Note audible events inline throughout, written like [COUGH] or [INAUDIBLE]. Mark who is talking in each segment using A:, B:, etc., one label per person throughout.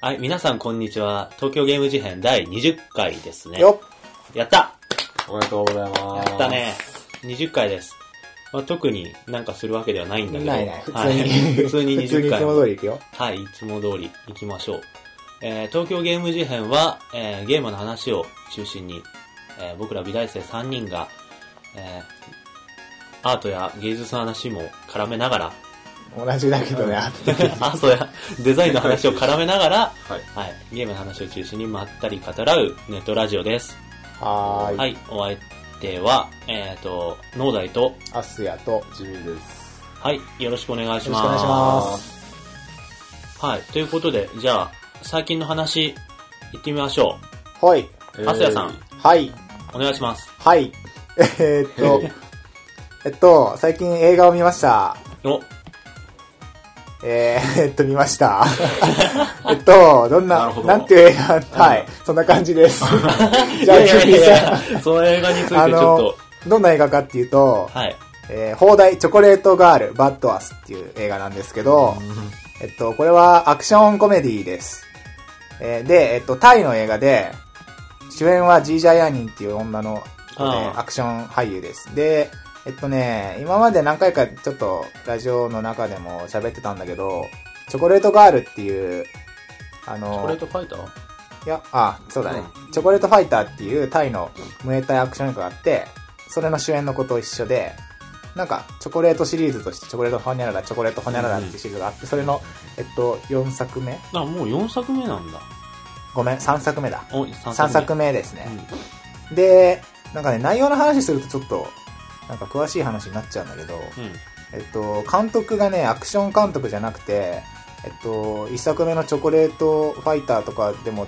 A: はい、皆さんこんにちは。東京ゲーム事変第20回ですね。
B: よっ
A: やった
B: おめでとうございます。
A: やったね。20回です。まあ、特になんかするわけではないんだけど。
B: ないない、普通に。
A: はい、 [LAUGHS] 普通に
B: 普通に
A: 20
B: い
A: 回
B: つも通り行くよ。
A: はい、いつも通り行きましょう。えー東京ゲーム事変は、えーゲームの話を中心に、えー僕ら美大生3人が、えーアートや芸術の話も絡めながら、
B: 同じだけどね、あと
A: ア [LAUGHS] ートやデザインの話を絡めながら、
C: はい。
A: はい、ゲームの話を中心にまったり語らうネットラジオです。
B: はーい。
A: はい、お相手は、えっ、と、農大と、
B: アスヤと、よ
C: 地味です。
A: はい、よろしくお願いし
B: ろ
A: ま
B: し
A: す。
B: くお願いします。
A: はい、ということで、じゃあ、最近の話、行ってみましょ
B: はい。
C: え
A: う。
C: ー
A: アスヤさん、
B: はい。
A: お願いします。
B: はい。えーっと、えっと、最近映画を見ました。
A: お、
B: えー、えっと、見ました。えっと、どん
C: な
B: な、
C: るほど
B: なんていう映画、はい。そんな感じです。じゃあ、
A: いやい
B: 次
A: やい
B: さ、
A: やいやその映画についてちょ
B: あ
A: っ
B: の
A: と、、
B: どんな映画かっていうと、
A: はい。
B: えー、放題、チョコレートガール、バッドアスっていう映画なんですけど、えっと、これはアクションコメディです。えーで、えっと、タイの映画で、主演はジージャイアニンっていう女の、ね、
A: ああ
B: アクション俳優です。で、えっとね、今まで何回かちょっとラジオの中でも喋ってたんだけど、チョコレートガールっていう、あ
A: チ
B: の、
A: ョコレートファイター
B: いや、あ、そうだね。チョコレートファイターっていうタイのムエタイアクション映画があって、それの主演の子と一緒で、なんか、チョコレートシリーズとして、チョコレートホニャララ、チョコレートホニャララっていうシリーズがあって、それの、えっと、4作目
A: あ、もう4作目なんだ。
B: ごめん、3作目だ。
A: お、3作目。
B: 3作目です
A: う
B: ね。
A: ん
B: で、なんかね、内容の話するとちょっと、なんか詳しい話になっちゃうんだけど、
A: うん。
B: えっと、監督がね、アクション監督じゃなくて、えっと、1作目のチョコレートファイターとかでも、ん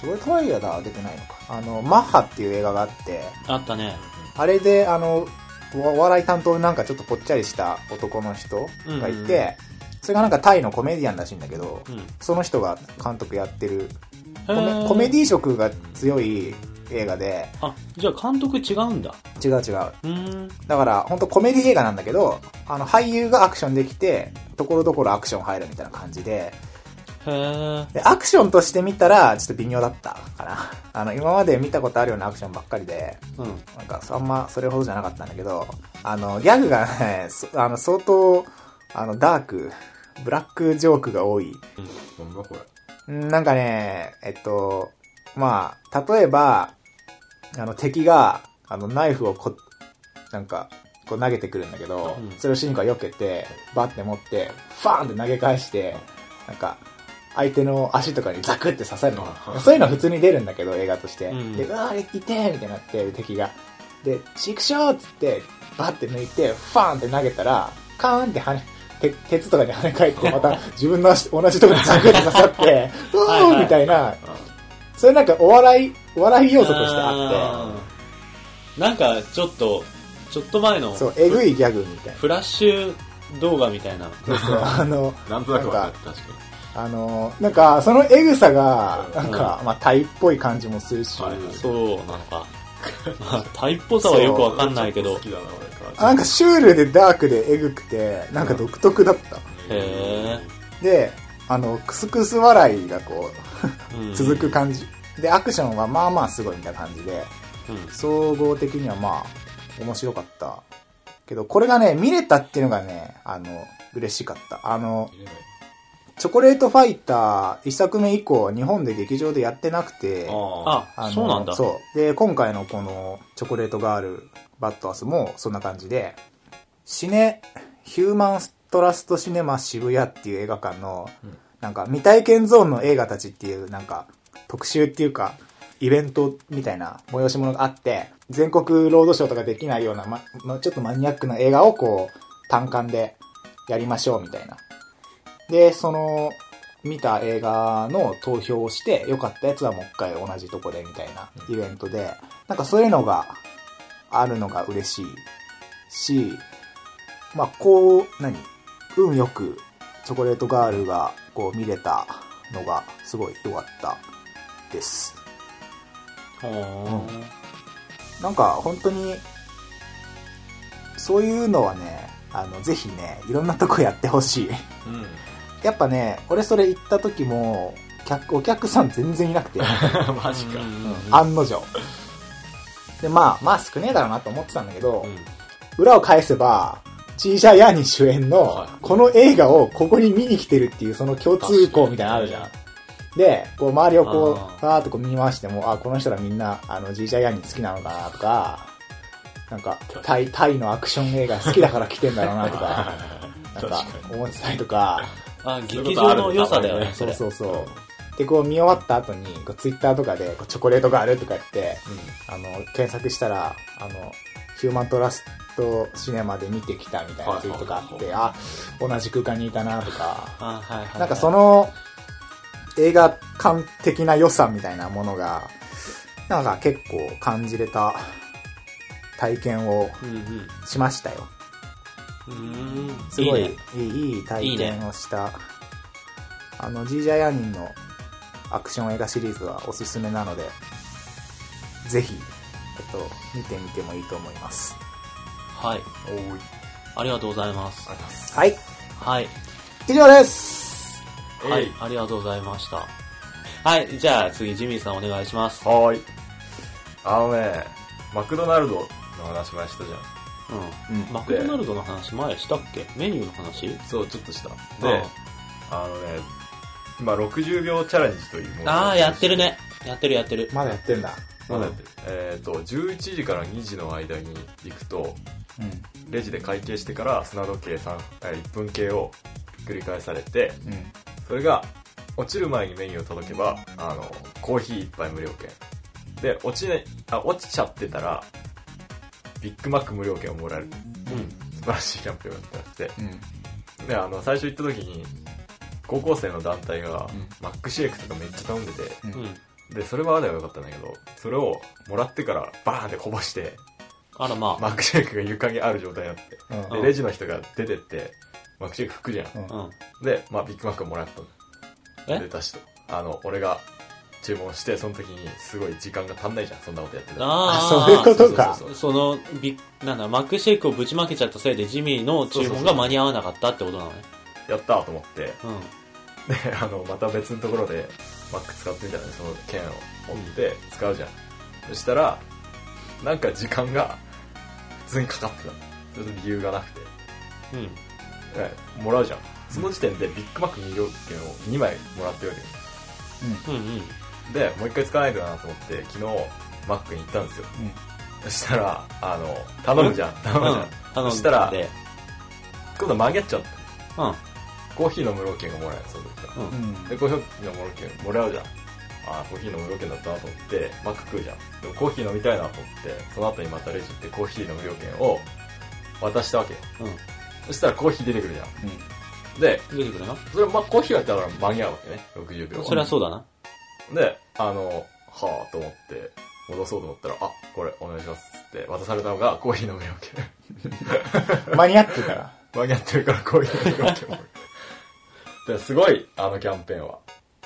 B: チョコレートファイターだは出てないのか。あの、マッハっていう映画があって、
A: あったね。
B: あれで、あの、おお笑い担当のなんかちょっとぽっちゃりした男の人がいて、
A: うんうんうん
B: それがなんかタイのコメディアンらしいんだけど、
A: うん。
B: その人が監督やってる、コ
A: へ
B: メ
A: ー
B: コメディ色が強い映画で、
A: あ、じゃあ監督違うんだ。
B: 違う違
A: う
B: う。
A: ーん。
B: だから、本当コメディ映画なんだけど、あの、俳優がアクションできて、ところどころアクション入るみたいな感じで、
A: へー
B: で、アクションとして見たら、ちょっと微妙だったかな。あの、今まで見たことあるようなアクションばっかりで、
A: うん。
B: なんか、あんまそれほどじゃなかったんだけど、あの、ギャグがね、 [LAUGHS] そあの、相当、あの、ダーク、ブラックジョークが多い。
C: なんだこれ。
B: うんなんかね、えっと、まあ、例えば、あの、敵が、あの、ナイフをこ、なんか、こう投げてくるんだけど、
A: うん
B: それを主人公が避けて、バッて持って、ファーンって投げ返して、なんか、相手の足とかにザクって刺さるの
C: う。ん
B: そういうの普通に出るんだけど、映画として。
A: うん
B: で、うわー、あれ痛えみたいになって、敵が。で、チクショーっつって、バッて抜いて、ファーンって投げたら、カーンって跳ね、て鉄とかに跳ね返って、また自分の足同じとこにザクって刺さ
C: [LAUGHS]
B: って、う
A: はいは
B: お
A: い
B: ーみたいな、そういうなんかお笑い、お笑い要素としてあ
A: あって。なんか、ちょっと、ちょっと前の、
B: って、そう、えぐいギャグみたい
A: フラッシュ動画みたいな。
B: な。
C: [LAUGHS]
B: そう、あの、
C: なんとなくわかる、確か
B: あの、なんか、そのエグさが、なんか、まあ、タイっぽい感じもするし、
C: はいはい
A: そうなのか。まあ、タイっぽさはよくわかん
C: に。
A: ないけど
C: 好。きだな、俺
B: なんかシュールでダークでエグくて、なんか独特だった。
A: へ
B: で、あの、クスクス笑いがこ
A: ーうん
B: う、続く感じ。で、アクションはまあまあすごいみたいな感じで、
A: うん。
B: 総合的にはまあ、面白かった。けど、これがね、見れたっていうのがね、あの、嬉しかった。あの、チョコレートファイター一作目以降、日本で劇場でやってなくて、
C: あ
A: あ、
B: あの
A: そうなんだ。
B: そう。で、今回のこの、チョコレートガール、バッドアスもそんな感じで、シネ、ヒューマントラストシネマ渋谷っていう映画館の、
C: ん
B: なんか未体験ゾーンの映画たちっていう、なんか、特集っていうか、イベントみたいな催し物があって、全国ロードショーとかできないような、ま、まちょっとマニアックな映画をこう、単館でやりましょうみたいな。で、その、見た映画の投票をして、良かったやつはもう一回同じとこでみたいなイベントで、なんかそういうのがあるのが嬉しいし、まあこう、何運よくチョコレートガールがこう見れたのがすごい良かったです。
A: ほー
B: なんか本当に、そういうのはね、あの、ぜひね、いろんなとこやってほしい。
C: うん。 [LAUGHS]
B: やっぱね、俺それ行った時も、客、お客さん全然いなくて、
C: マジか。
A: う
C: う
A: ん
C: ん
B: うん案の定。で、まあ、まあ少ねえだろうなと思ってたんだけど、
A: うん
B: 裏を返せば、チーシャ・ヤーニー主演の
C: はい、
B: この映画をここに見に来てるっていう、その共通項みたいなのあるじゃん。で、こう周りをこ
A: あ
B: う、
A: ー
B: パーっとこう見回しても、あ、この人らみんな、あの、ジージャイアンに好きなのかなとか、なんか、タイ、タイのアクション映画好きだから来てんだろうなとか、なんか
C: 確か、
B: 思ってたりとか、
A: あ、
C: そう
A: 劇
C: いうことあ
A: 場
C: る
A: の良さだよね、そ
B: そ
A: れ
B: う。そうそう。で、こう見終わった後に、こうツイッターとかで、こうチョコレートがあるとか言って、
C: に。
B: あの、検索したら、あの、ヒューマントラストシネマで見てきたみたいなツイートがあって、あ、同じ空間にいたなとか、
A: あ、はいはいはい。
B: なんかその映画館的な良さみたいなものが、なんか結構感じれた体験を
A: うんうん、
B: しましたよ。
A: うーん。
B: すごいい
A: い
B: い
A: ね
B: いい体験をした。あの、ジージャイアニンのアクション映画シリーズはおすすめなので、ぜひ、えっと、見てみてもいいと思います。
A: はい。
C: おーい。
A: ありがとうございます
C: あ。ります。
B: はい、
A: はい。
B: 以上です
A: は
C: え
A: い。ありがとうございました。はい。じゃあ次、ジミーさんお願いします。
C: はーい。あのね、マクドナルドの話前したじゃん。
A: う
B: うん
A: ん。マクドナルドの話前したっけメニューの話
C: そう、ちょっとした。
A: うん
C: で、あのね、今60秒チャレンジというものを
A: ああ、やってるね。。やってるやってる。
B: まだやってんだ。
C: まだやってる。えっと、11時から2時の間に行くと、
B: うん。
C: レジで会計してから砂時計3、えー1分計を繰り返されて、
B: うん。
C: それが落ちる前にメニューを届けばあのコーヒー一杯無料券で落ち,、ね、あ落ちちゃってたらビッグマック無料券をもらえる
A: うん。
C: 素晴らしいキャンペーンをやってまして
B: うん。
C: であの最初行った時に高校生の団体が
B: うん
C: マックシェイクとかめっちゃ頼んでて
B: うん
A: うん。
C: でそれまでは良かったんだけどそれをもらってからバーンってこぼして
A: あらま
C: マックシェイクが床にある状態になって
B: うん
A: う
C: で
A: ん
C: レジの人が出てってマックシェイク拭くじゃん
A: あ。うん。
C: で、まあ、ビッグマックをもらったの
A: え
C: で出したあの俺が注文してその時にすごい時間が足んないじゃんそんなことやってたら
A: あ
B: あそういうことか
C: そうそうそう
A: その、ビなんだ、マックシェイクをぶちまけちゃったせいで、ジミーの注文が間に合わなかったってことなのね。
C: やったーと思ってで
A: うん。
C: あのまた別のところでマック使ってみたのねその券を持って使うじゃん、そしたらなんか時間が普通にかかってたちょっと理由がなくて、
A: うん。
C: えもらうじゃんその時点でビッグマック2料券を2枚もらってるわけよ
A: うんうん。
C: でもう一回使わないとなと思って昨日マックに行ったんですよ
B: うん。
C: そしたらあの頼むじゃん頼むじゃん、
A: 頼んで。
C: [LAUGHS] そしたら
A: で、
C: 今度曲げっちゃっ
A: うん。うん。
C: たコーヒーの無料券がもらえるその時から
B: うん
C: でコーヒーの無料券もらうじゃんあーコーヒーの無料券だったなと思ってマック食うじゃんでもコーヒー飲みたいなと思ってその後にまたレジ行ってコーヒーの無料券を渡したわけそしたらコーヒー出てくるじゃんで
A: 出てくるな。
C: それまあコーヒーはだから間に合うわけね60秒は
A: そりゃそうだな。
C: であのはあと思って戻そうと思ったらあこれお願いしますっつって渡されたのがコーヒーの無料券
B: マニアックだから。
C: [LAUGHS] 間に合ってるからコーヒーの無料券もらえるですごいあのキャンペーンは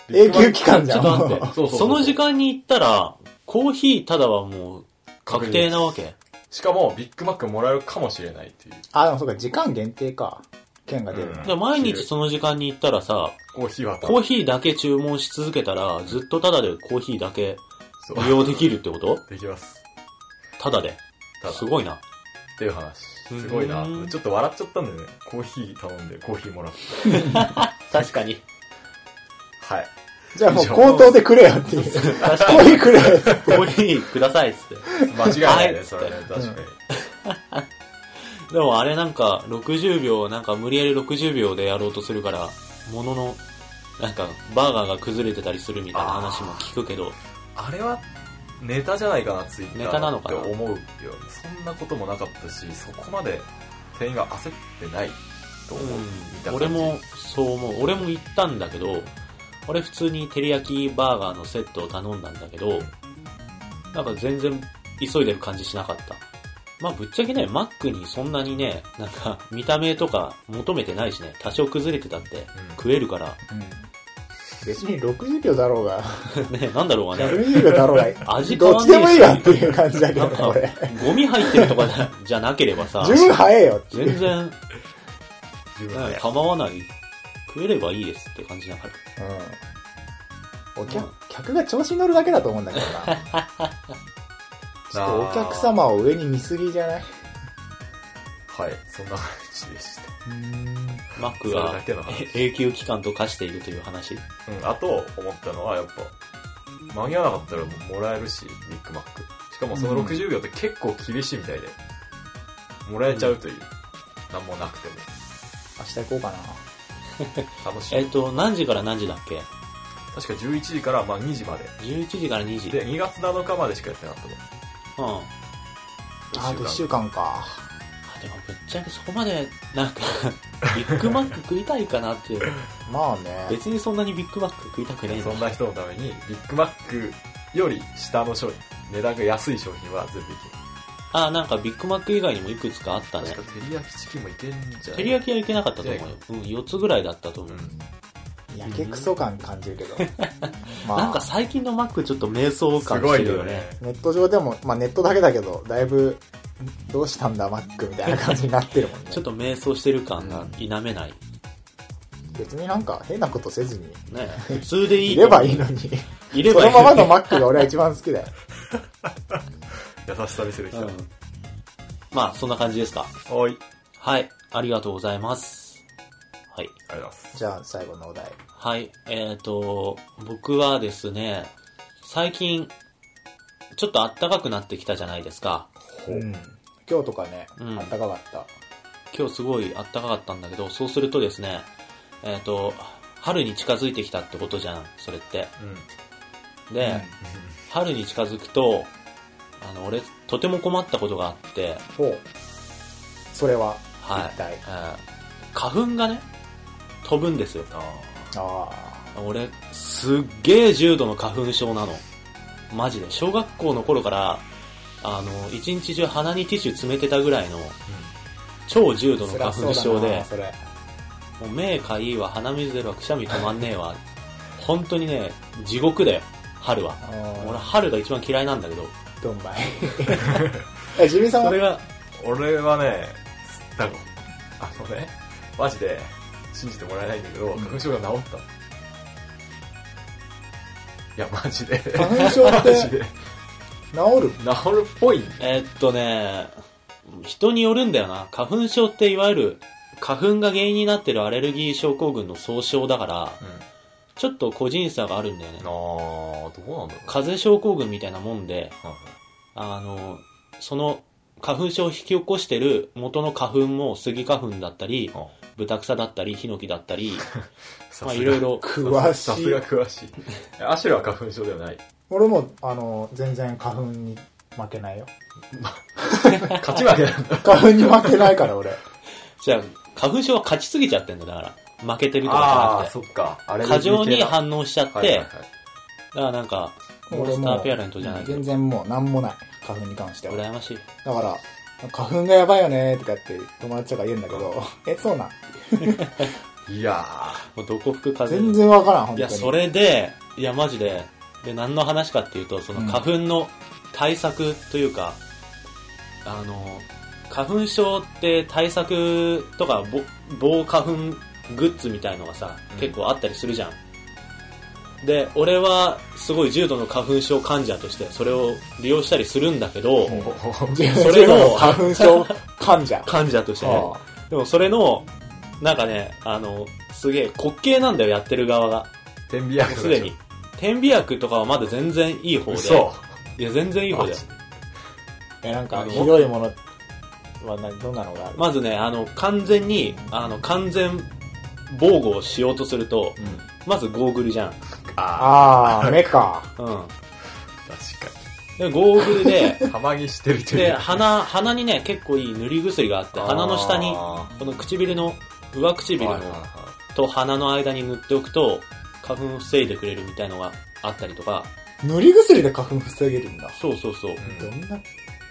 B: 永久期間じゃん。
A: ちょっと待って
C: そうそうそ
A: [LAUGHS]
C: う
A: その時間に行ったら、コーヒーただはもう確定なわけ。
C: しかもビッグマックもらえるかもしれないっていう
B: あ、でもそうか、時間限定か。券が出るの。
C: うん
A: で毎日その時間に行ったらさ、
C: コーヒーは
A: コーヒーだけ注文し続けたら、ずっとただでコーヒーだけ
C: そう
A: 利用できるってこと
C: できます
A: ただで。
C: ただ
A: すごいな。
C: っていう話すごいな
A: うん
C: ちょっと笑っちゃったんだよねコーヒー頼んでコーヒーもらって
A: 確かに。 [LAUGHS]
C: はい
B: じゃあもう口頭でくれよっていう。
A: 確
B: [LAUGHS] こう
A: かに。
B: いうくれ
A: [LAUGHS]
B: よ。
A: コーヒーくださいっつって。
C: 間違いない
A: は
C: ね
A: い
C: それね確かに
A: でもあれなんか60秒、なんか無理やり60秒でやろうとするから、ものの、なんかバーガーが崩れてたりするみたいな話も聞くけど、
C: あれはネタじゃないかなツイッタ
A: ネ
C: ー
A: タなのかな
C: って思うよそんなこともなかったしそこまで店員が焦ってないと思う、見た
A: うん、
C: 感じ
A: 俺もそう思う。俺も行ったんだけど、俺普通に照り焼きバーガーのセットを頼んだんだけど、なんか全然急いでる感じしなかった。まあぶっちゃけね、マックにそんなにね、なんか見た目とか求めてないしね、多少崩れてたって食えるから、 [LAUGHS]
B: 別に60秒だろうが、
A: ね、なんだろうがね。
B: 70秒だろうが、
A: 味変
B: ど
A: わ
B: っ
A: ん
B: ち
A: ねえし
B: でもいいわっていう感じだけどね、
A: なんか
B: 俺。
A: ゴミ入ってるとかじゃじゃなければさ
B: 十、分早えよっていう。
A: 全然、
C: 自分
A: なん
C: で
A: か構わない増えればいいですって感じだから。
B: うん。お客、客が調子に乗るだけだと思うんだけど
A: [LAUGHS]
B: な。ちょっとお客様を上に見すぎじゃない
C: はい、そんな感じでした。
A: マック
C: それ
A: が
C: だけの話
A: え永久期間と化しているという話。
C: うん、あと思ったのはやっぱ、間に合わなかったらもらえるし、ビッグマック。しかもその60秒って結構厳しいみたいで、もらえちゃうという、なんもなくても。
B: 明日行こうかな。
C: 楽し
A: え
C: い
A: っ。と、何時から何時だっけ
C: 確か11時からまあ2時まで。
A: ?11 時から2時。うん。
C: で、2月7日までしかやってなかったの。
B: あと1週
C: 間。
B: 間か。
A: あでもぶっちゃけそこまで、なんか、 [LAUGHS] ビッグマック食いたいかなっていう。
B: まあね。
A: 別にそんなにビッグマック食いたくねえ
C: そん
A: な。
C: な人のために、ビッグマックより下の商品、値段が安い商品は全部いける。
A: あ、なんかビッグマック以外にもいくつかあったね
C: 確か。照り焼きチキンもいけんじゃない
A: 照り焼きはいけなかったと思うよ。うん、4つぐらいだったと思
C: う
A: う。
C: ん。
B: やけくそ感感じるけど。まあ、
A: なんか最近のマックちょっと瞑想
C: す
A: 感し
C: ご
A: て
C: い
A: る
C: よ
A: よね
C: ね。。
B: ネット上でも、まあネットだけだけど、だいぶ、んどうしたんだ、マックみたいな感じになってるもんね。
A: ちょっと瞑想してる感が否めない。
B: 別になんか変なことせずに、
A: ね普通でいい。
B: いればいいのに。
A: いれ
B: そ
A: ばい
B: の
A: い。
B: ままのマックが俺は一番好き
A: [LAUGHS]
B: だよ。
C: 優しさ見せる人。
A: うんまあ、そんな感じですか。
C: おい。あり
A: はい。ありがとうございます。はい。
C: がとうございます。
B: じゃあ最後のお題。
A: はい。えっ、と、僕はですね、最近、ちょっと暖かくなってきたじゃないですか。
C: ほう
B: うん。今日とかね、
A: うん
B: あったかかった。
A: 今日すごい暖かかったんだけど、そうするとですね、えっ、と、春に近づいてきたってことじゃん、それって。
C: うん。
A: で、
B: うん
A: 春に近づくと、あの、俺、とても困ったことがあって、
B: ほう。それは、
A: はい。
B: 一体
A: えー花粉がね、飛ぶんですよ。
C: あ
B: ああ。
A: 俺、すっげえ重度の花粉症なの。マジで。小学校の頃から、あの、一日中鼻にティッシュ詰めてたぐらいの、超重度の花粉症で、
B: 辛そうだなそれ。
A: もう目かいいわ、鼻水出るわ、くしゃみ止まんねえわ。本当にね、地獄だよ、春は。俺、
B: あ
A: 春が一番嫌いなんだけど、
B: ーどん
A: [LAUGHS]
B: まい。え、ジミーさん
A: そ
B: は
A: れが、
C: うん。俺はね、なんか、あのね、マジで、信じてもらえないんだけど、花粉症が治ったの。いや、マジで。
B: 花粉症っ
C: マジ
B: て
C: で。
B: 治る
C: 治るっぽい。
A: えーっとね、人によるんだよな。花粉症っていわゆる、花粉が原因になってるアレルギー症候群の総称だから、
C: うん。
A: ちょっと個人差があるんだよね
C: あー、。どうなんだろう。
A: 風邪症候群みたいなもんで、
C: はいはい
A: あの、その花粉症を引き起こしてる元の花粉もスギ花粉だったり、
C: あ
A: ブタクサだったり、ヒノキだったり、
C: さ
A: まあ
C: す
A: い
C: が
A: ろいろ、
B: 詳し
C: さす
B: い
C: が。詳しい。アシュラは花粉症ではない。
B: 俺も、あの、全然花粉に負け
A: [LAUGHS]
B: ないよ。
C: 勝ち負けなんだ。
B: 花粉に負けないから俺。
A: じゃあ、花粉症は勝ちすぎちゃってんだよ、だから。負けてると
C: あ
A: か
C: あ、
A: じゃ
C: そっか。あ
A: な
C: れ
A: くて。過剰に反応しちゃって、
C: はいはいは
A: だからなんか、モン
B: 俺
A: スタ
B: も
A: ーペアレントじゃないけど
B: 全、然もう何もない。花粉に関しては。
A: 羨ましい。
B: だから、花粉がやばいよねとかって友達とか言うんだけど、 [LAUGHS] え、そうなん
C: い。いや
A: もうどこ吹く風
B: 全然わからん、本
A: い
B: 当に。
A: や、
B: [LAUGHS]
A: それで、いや、マジで、で、何の話かっていうと、その
B: うん
A: 花粉の対策というか、あの、花粉症って対策とか、ぼ防花粉グッズみたいのがさ、
C: うん
A: 結構あったりするじゃん。で、俺は、すごい重度の花粉症患者として、それを利用したりするんだけど、
C: ー。ほ
B: 自分
A: それを
B: の花粉症患者。
A: 患者としてね。
B: ああ
A: でも、 [LAUGHS] それの、なんかね、あの、すげえ滑稽なんだよ、やってる側が。
C: 天秤薬
A: すでに。天秤薬とかはまだ全然いい方で。
C: 嘘。
A: いや、全然いい方だよ
C: マ。ジで
B: え、なんか、ひどいものは何、どんなのがある
A: まずね、あの、完全に、あの、完全防護をしようとすると、
C: うん。
A: まずゴーグルじゃん。
C: あ
B: あー、目か。
A: うん。
C: あ、確か
A: で、ゴーグル
C: [LAUGHS]
A: で、
C: に。玉にしてるとい
A: で、
C: う。
A: 鼻、鼻にね、結構いい塗り薬があって、鼻の下に、
C: あ
A: この唇の、上
C: ー
A: 唇
C: はい
A: の
C: は
A: と鼻の間に塗っておくと、花粉を防いでくれるみたいのがあったりとか、
B: 塗り薬で花粉防げるんだ。
A: そうそうそう。
C: いはい
B: ど
C: うん
B: んな、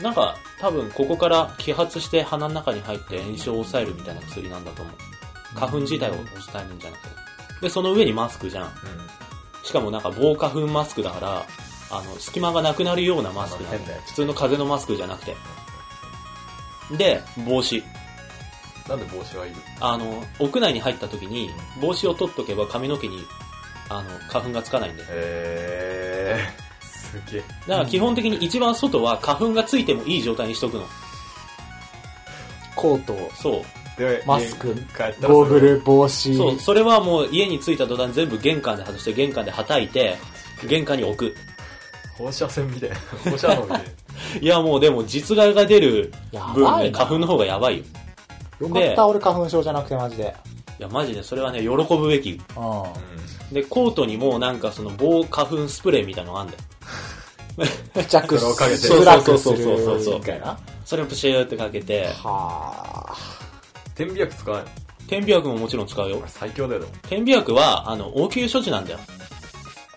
A: なんか、多分ここから揮発して鼻の中に入って炎症を抑えるみたいな薬なんだと思う。花粉自体を抑えるんじゃなくて。で、その上にマスクじゃん。
C: うん
A: しかもなんか防花粉マスクだから、あの、隙間がなくなるようなマスクなの
C: 変なやつ
A: 普通の風邪のマスクじゃなくて。で、帽子。
C: なんで帽子はいる
A: あの、屋内に入った時に、帽子を取っとけば髪の毛に、あの、花粉がつかないんで。
C: へー、すげえ。
A: だから基本的に一番外は花粉がついてもいい状態にしとくの。
B: コート、
A: そう。
C: で
B: マスク
C: 家に帰ったらそれを
B: ゴーグル、帽子。
A: そう、それはもう家に着いた途端全部玄関で外して玄関で叩いて、玄関に置く。
C: 放射線みたいな。放射能みたいな。
A: いやもうでも実害が出る
B: や
A: 分
B: ば
A: ね、
B: いな
A: 花粉の方がやばいよ。
B: よかった、俺花粉症じゃなくてマジで。
A: いやマジでそれはね、喜ぶべき。
B: う
A: で、コートにもうなんかその防花粉スプレーみたいなのがあんだよ。
B: ん。付着
C: それをかけて
B: しづらくす
A: そう
B: る。
A: そうそうそう
B: みたいな。は
A: それをプシューってかけて、
B: あ。
C: うん。点鼻薬使わないの
A: 点鼻薬ももちろん使うよ
C: これ。最強だよ、でも。
A: 点鼻薬は、あの、応急処置なんだよ。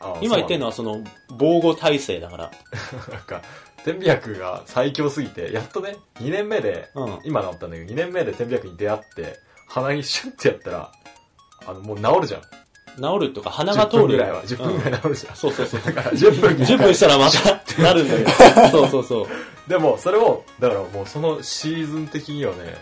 C: あ
A: 今言ってるのはその、防護体制だから。
C: そうなんか、点鼻薬が最強すぎて、やっとね、2年目で、
A: うん
C: 今治ったんだけど、2年目で点鼻薬に出会って、鼻にシュッてやったら、あの、もう治るじゃん。
A: 治るとか鼻が
C: 10
A: 通る。
C: 分ぐらいは、10分ぐらい治る
A: [LAUGHS]
C: じゃん。
A: そうそうそう。
C: だから10分ぐら
A: 10
C: い。
A: 分したらまた、なるんだよ。
C: [LAUGHS]
A: そうそうそう。
C: でも、それを、だからもうそのシーズン的にはね、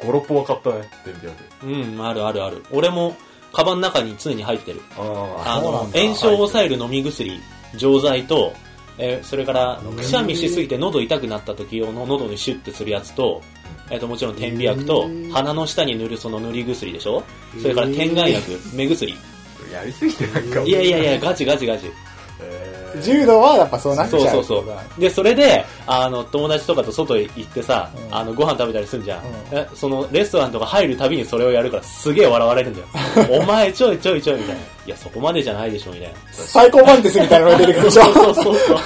C: 5、6本は買ったね、点鼻薬。
A: うん、あるあるある。俺も、カバンの中に常に入ってる。
C: あ
A: あ
B: そう
A: の
B: なん、だ
A: 炎症を抑える飲み薬、錠剤と、えーそれから、くしゃみしすぎて喉痛くなった時用の喉にシュッてするやつと、えっ、と、もちろん点鼻薬と
B: う、ん
A: 鼻の下に塗るその塗り薬でしょそれから点眼薬、目薬。
C: あ。やりすぎてなんか。
A: いやいやいや、ガチガチガチ。
C: えー
B: 柔道はやっぱそうなっちゃ。
A: そううそうそう。で、それで、あの、友達とかと外へ行ってさ、
B: うん
A: あの、ご飯食べたりすんじゃん、
B: うん
A: えその、レストランとか入るたびにそれをやるから、すげえ笑われるんだよ。
B: [LAUGHS]
A: お前、ちょいちょいちょい、みたいな。いや、そこまでじゃないでしょ、みたいな。
B: 最高マンテスみたいなのが出てくるでしょ
A: そうそうそうそう。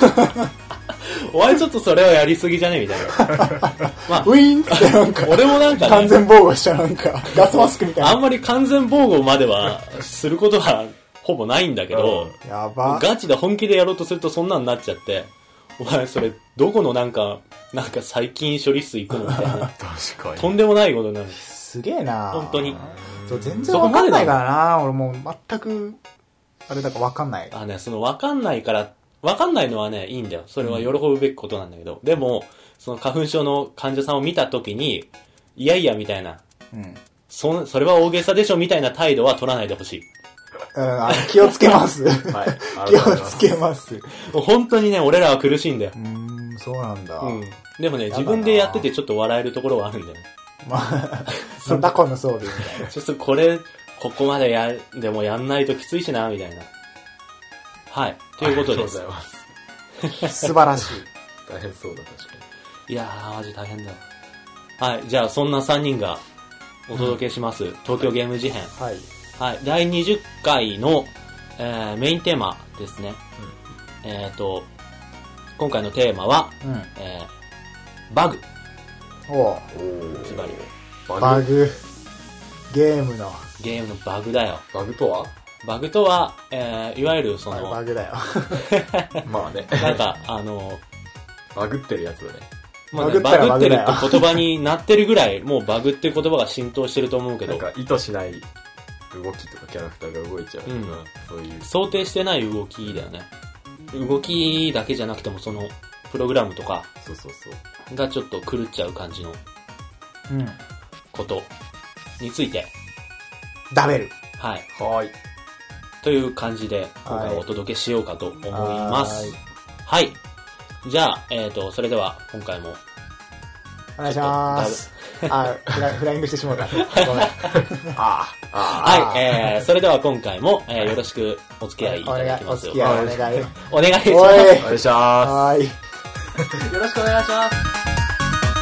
A: [LAUGHS] お前ちょっとそれはやりすぎじゃねみたいな。
B: ウィーンってなんか、
A: 俺もなんか
B: 完
A: ね、
B: 全防護したなんか、ガスマスクみたい
A: あん
B: な。
A: まり完全防護まではすることはほぼないんだけど、
C: うん
B: やば。
A: ガチで本気でやろうとするとそんなんなっちゃって、お前それどこのなんか、なんか細菌処理室行くのみたいな。
C: 確か
A: と
C: に。
A: んでもないことになる。
B: すげえな
A: 本当に。
B: そう全然わかんないからな俺もう全く、あれだからわかんない。
A: あね、そのわかんないから、わかんないのはね、いいんだよ。それは喜ぶべきことなんだけど。でも、その花粉症の患者さんを見たときに、いやいやみたいな、
B: うん。
A: そんそれは大げさでしょみたいな態度は取らないでほしい。
B: うん、あ気をつけます。
C: はい。あ
B: 気
C: りがとうご
B: を
C: ざいま
B: つ
C: す
B: けます。う
A: もう本当にね、俺らは苦しいんだよ
B: ー。ん、そうなんだ。
A: うん。でもね、自分でやっててちょっと笑えるところはあるんだよね。
B: まあ、なんだこの装備みたいな。
A: ちょっとこれ、ここまでや、でもやんないときついしな、みたいな。はい。ということ
C: ありがとうご
A: で
C: ざ
A: す
C: い。ます。
B: 素晴らしい。
C: 大変そうだ、確かに。
A: いやー、マジ大変だよ。はい。じゃあ、そんな3人がお届けします。東京ゲーム事変。
B: はい。
A: はい。第20回の、えーメインテーマですね。えっ、と、今回のテーマは、
B: うん。
A: えーバグ。
B: おう
A: ズバリ
B: バグ。ゲームの、
A: ゲームのバグだよ。
C: バグとは
A: バグとは、えーいわゆるその、
B: バグだよ。
C: まあね。
A: なんか、あの、
C: バグってるやつだね。
A: まあね
B: バグったら
A: バグってる
B: バグだ
A: って言葉になってるぐらい、もうバグっていう言葉が浸透してると思うけ
C: なん
A: ど、
C: か意図しない動きとかキャラクターが動いちゃうとか、
A: うん
C: そういう。
A: 想定してない動きだよね。動きだけじゃなくても、その、プログラムとか
C: そうそうそう。
A: がちょっと狂っちゃう感じの
B: うん。
A: ことについて、
B: ダベル。
A: はい。
C: はーい。
A: という感じで、今回はお届けしようかと思います。はい。じゃあ、えっ、と、それでは、今回も、
B: お願いします。あ、フラフライングしてしまうた。ごめん。
C: ああ、あ
A: はい、えー、それでは今回も、えー、よろしくお付き合いいただき
B: お
A: ます
B: 付
A: よ
B: き。合いお願い。
A: お願いしま
B: お
A: す。
C: あ。
B: い。
C: お願いしま
B: はーい。
A: よろしくお願いします。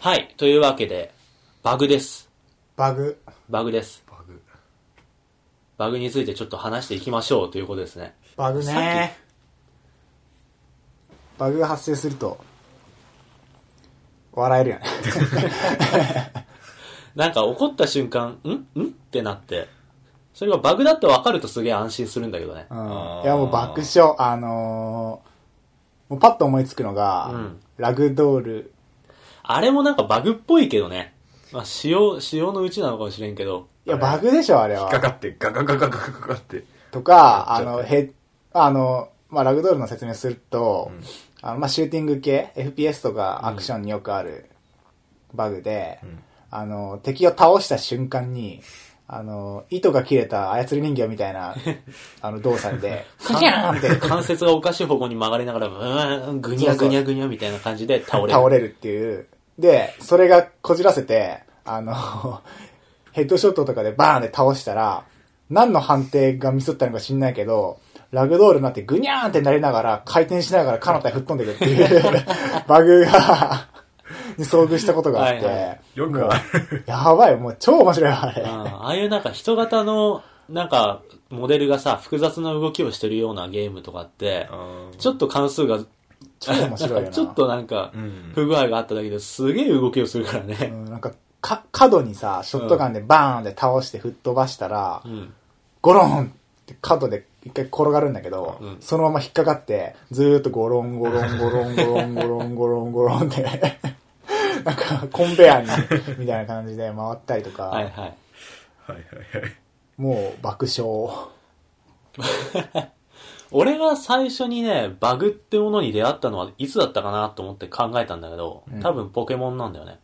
A: はい。というわけで、バグです。
B: バグ。
A: バグです。
C: す。バグ。
A: バグについてちょっと話していきましょうということですね。
B: バグね。バグが発生すると、笑えるよね。
A: なんか怒った瞬間、んんってなって、それがバグだって分かるとすげえ安心するんだけどね
B: う。ん
C: あー
B: いやもう爆笑、あのー、もうパッと思いつくのが、
A: うん
B: ラグドール
A: あれもなんかバグっぽいけどね。まあ、仕様、仕様のうちなのかもしれんけど。
B: いや、バグでしょ、あれ
C: 引っ
B: は
C: か。かって、ガガガガガガガガって。
B: とか、あ
C: やっちゃう
B: の、へ、あの、まあ、ラグドールの説明すると、あの、まあ、シューティング系、FPS とかアクションによくあるバグで、
C: うん
B: あの、敵を倒した瞬間に、あの、糸が切れた操り人形みたいな、あの、動作で、カキャーンって
A: 関節がおかしい方向に曲がりながら、うーん、ぐにゃぐにゃぐにゃみたいな感じで倒れる。
B: [LAUGHS] 倒れるっていう。で、それがこじらせて、あの、 [LAUGHS] ヘッドショットとかでバーンで倒したら、何の判定がミスったのか知んないけど、ラグドールになってグニャーンってなりながら、回転しながら彼方へ吹っ飛んでくるっていう
A: [LAUGHS]
B: バグが、に遭遇したことがあって、
A: はいは
C: よくある。
B: やばい、もう超面白いわ、あれ。
A: うんああいうなんか人型の、なんか、モデルがさ、複雑な動きをしてるようなゲームとかって、ちょっと関数が、
B: 超面白いよ
A: [LAUGHS]
B: な
A: なんかちょっとなんか
C: うん、
A: 不具合があっただけですげえ動きをするから
B: う
A: ね。
B: んなんか、か、角にさ、ショットガンでバーンって倒して吹っ飛ばしたら、
A: うん。
B: ゴロンって角で一回転がるんだけど、
A: うん
B: そのまま引っかかって、ずーっとゴロンゴロンゴロンゴロンゴロンゴロンゴロンって、 [LAUGHS] なんかコンベアに、みたいな感じで回ったりとか、
A: [LAUGHS] はいはい。
C: はいはいはい。
B: もう爆笑。
A: 俺が最初にね、バグってものに出会ったのはいつだったかなと思って考えたんだけど、多分ポケモンなんだよね。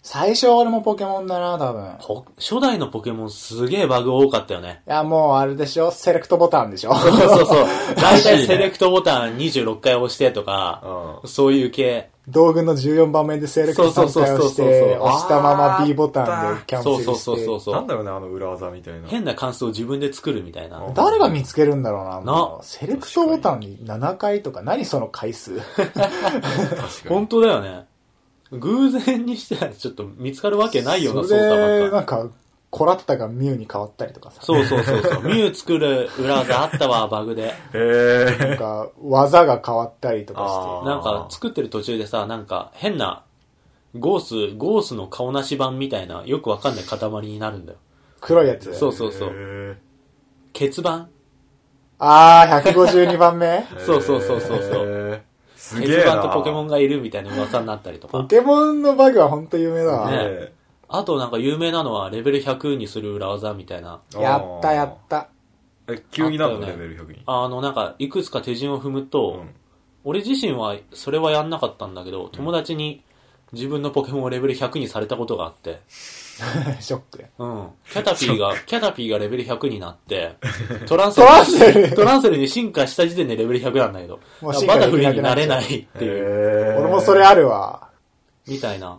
B: 最初は俺もポケモンだな、多分。い
A: ポ初代のポケモンすげえバグ多かったよ
B: [LAUGHS]
A: ね。
B: や、もうあれでしょセレクトボタン
A: [LAUGHS]
B: でしょ
A: そうそうそう。大体セレクトボタン26回押してとか、
C: う
A: そういう系。
B: 道具の14番目でセレクト3回をし
A: そうそうそうそうそ
B: て、
A: う
B: 押したまま B ボタンでキャンセ
A: そう
B: ルして。
A: そうそうそうそ
C: なん
A: う。
C: だろうね、あの裏技みたいな。
A: 変な関数を自分で作るみたいな。
C: うん
B: 誰が見つけるんだろうな、も
A: な
B: うセレクトボタンに7回とか、何その回数
C: 確か
A: 本
C: に。
A: 当だよね。偶然にしてはちょっと見つかるわけないような操
B: [LAUGHS] そ
A: 作ば
B: れ
A: っか
B: なんか、コラッタがミュウに変わったりとかさ。
A: そうそうそうそう。ミュウ作る裏技あったわ、 [LAUGHS] バグで。
B: なん
C: へ
B: か、技が変わったりと
C: あ
B: か
A: なんか
C: あー
A: 作ってる途中でさ、なんか変な、ゴース、ゴースの顔なし版みたいな、よくわかんない塊になるんだよ。
B: して、黒いやつ。
A: そう
C: え。
A: そうそう。
C: へ
A: 欠番
B: あー、152
A: [LAUGHS]
B: 番目
C: ー
A: そうそうそうそうそう。
C: へーすげ
A: 欠
C: え
A: 番
C: な。
A: とポケモ
C: ン
A: ンがいるみたいな噂になったりと
B: ポ
A: か。
B: ケモンのバグは本当有名だわ。
A: ねあとなんか有名なのはレベル100にする裏技みたいな。
B: やったやった。 [LAUGHS]
C: え、急になる
A: あ
C: の
A: ったよ
C: レ
A: ね
C: ベル100に。
A: あのなんかいくつか手順を踏むと、
C: うん
A: 俺自身はそれはやんなかったんだけど、友達に自分のポケモンをレベル100にされたことがあって、
B: ショック。
A: うん。キャタピー
B: [LAUGHS]
A: が、キャタピーがレベル100になって、トランセ
B: トランセル
A: ル、トランセルに進化した時点でレベル100なんだけど、
B: もう
A: だか
B: 進
A: ら
B: 化
A: バ
B: で
A: タ
B: き
A: フリ
B: な
A: ー
B: く
A: に
B: な
A: な
B: っちゃう
A: れないっていう、
C: 俺
B: 俺もそれあるわ。
A: みたいな。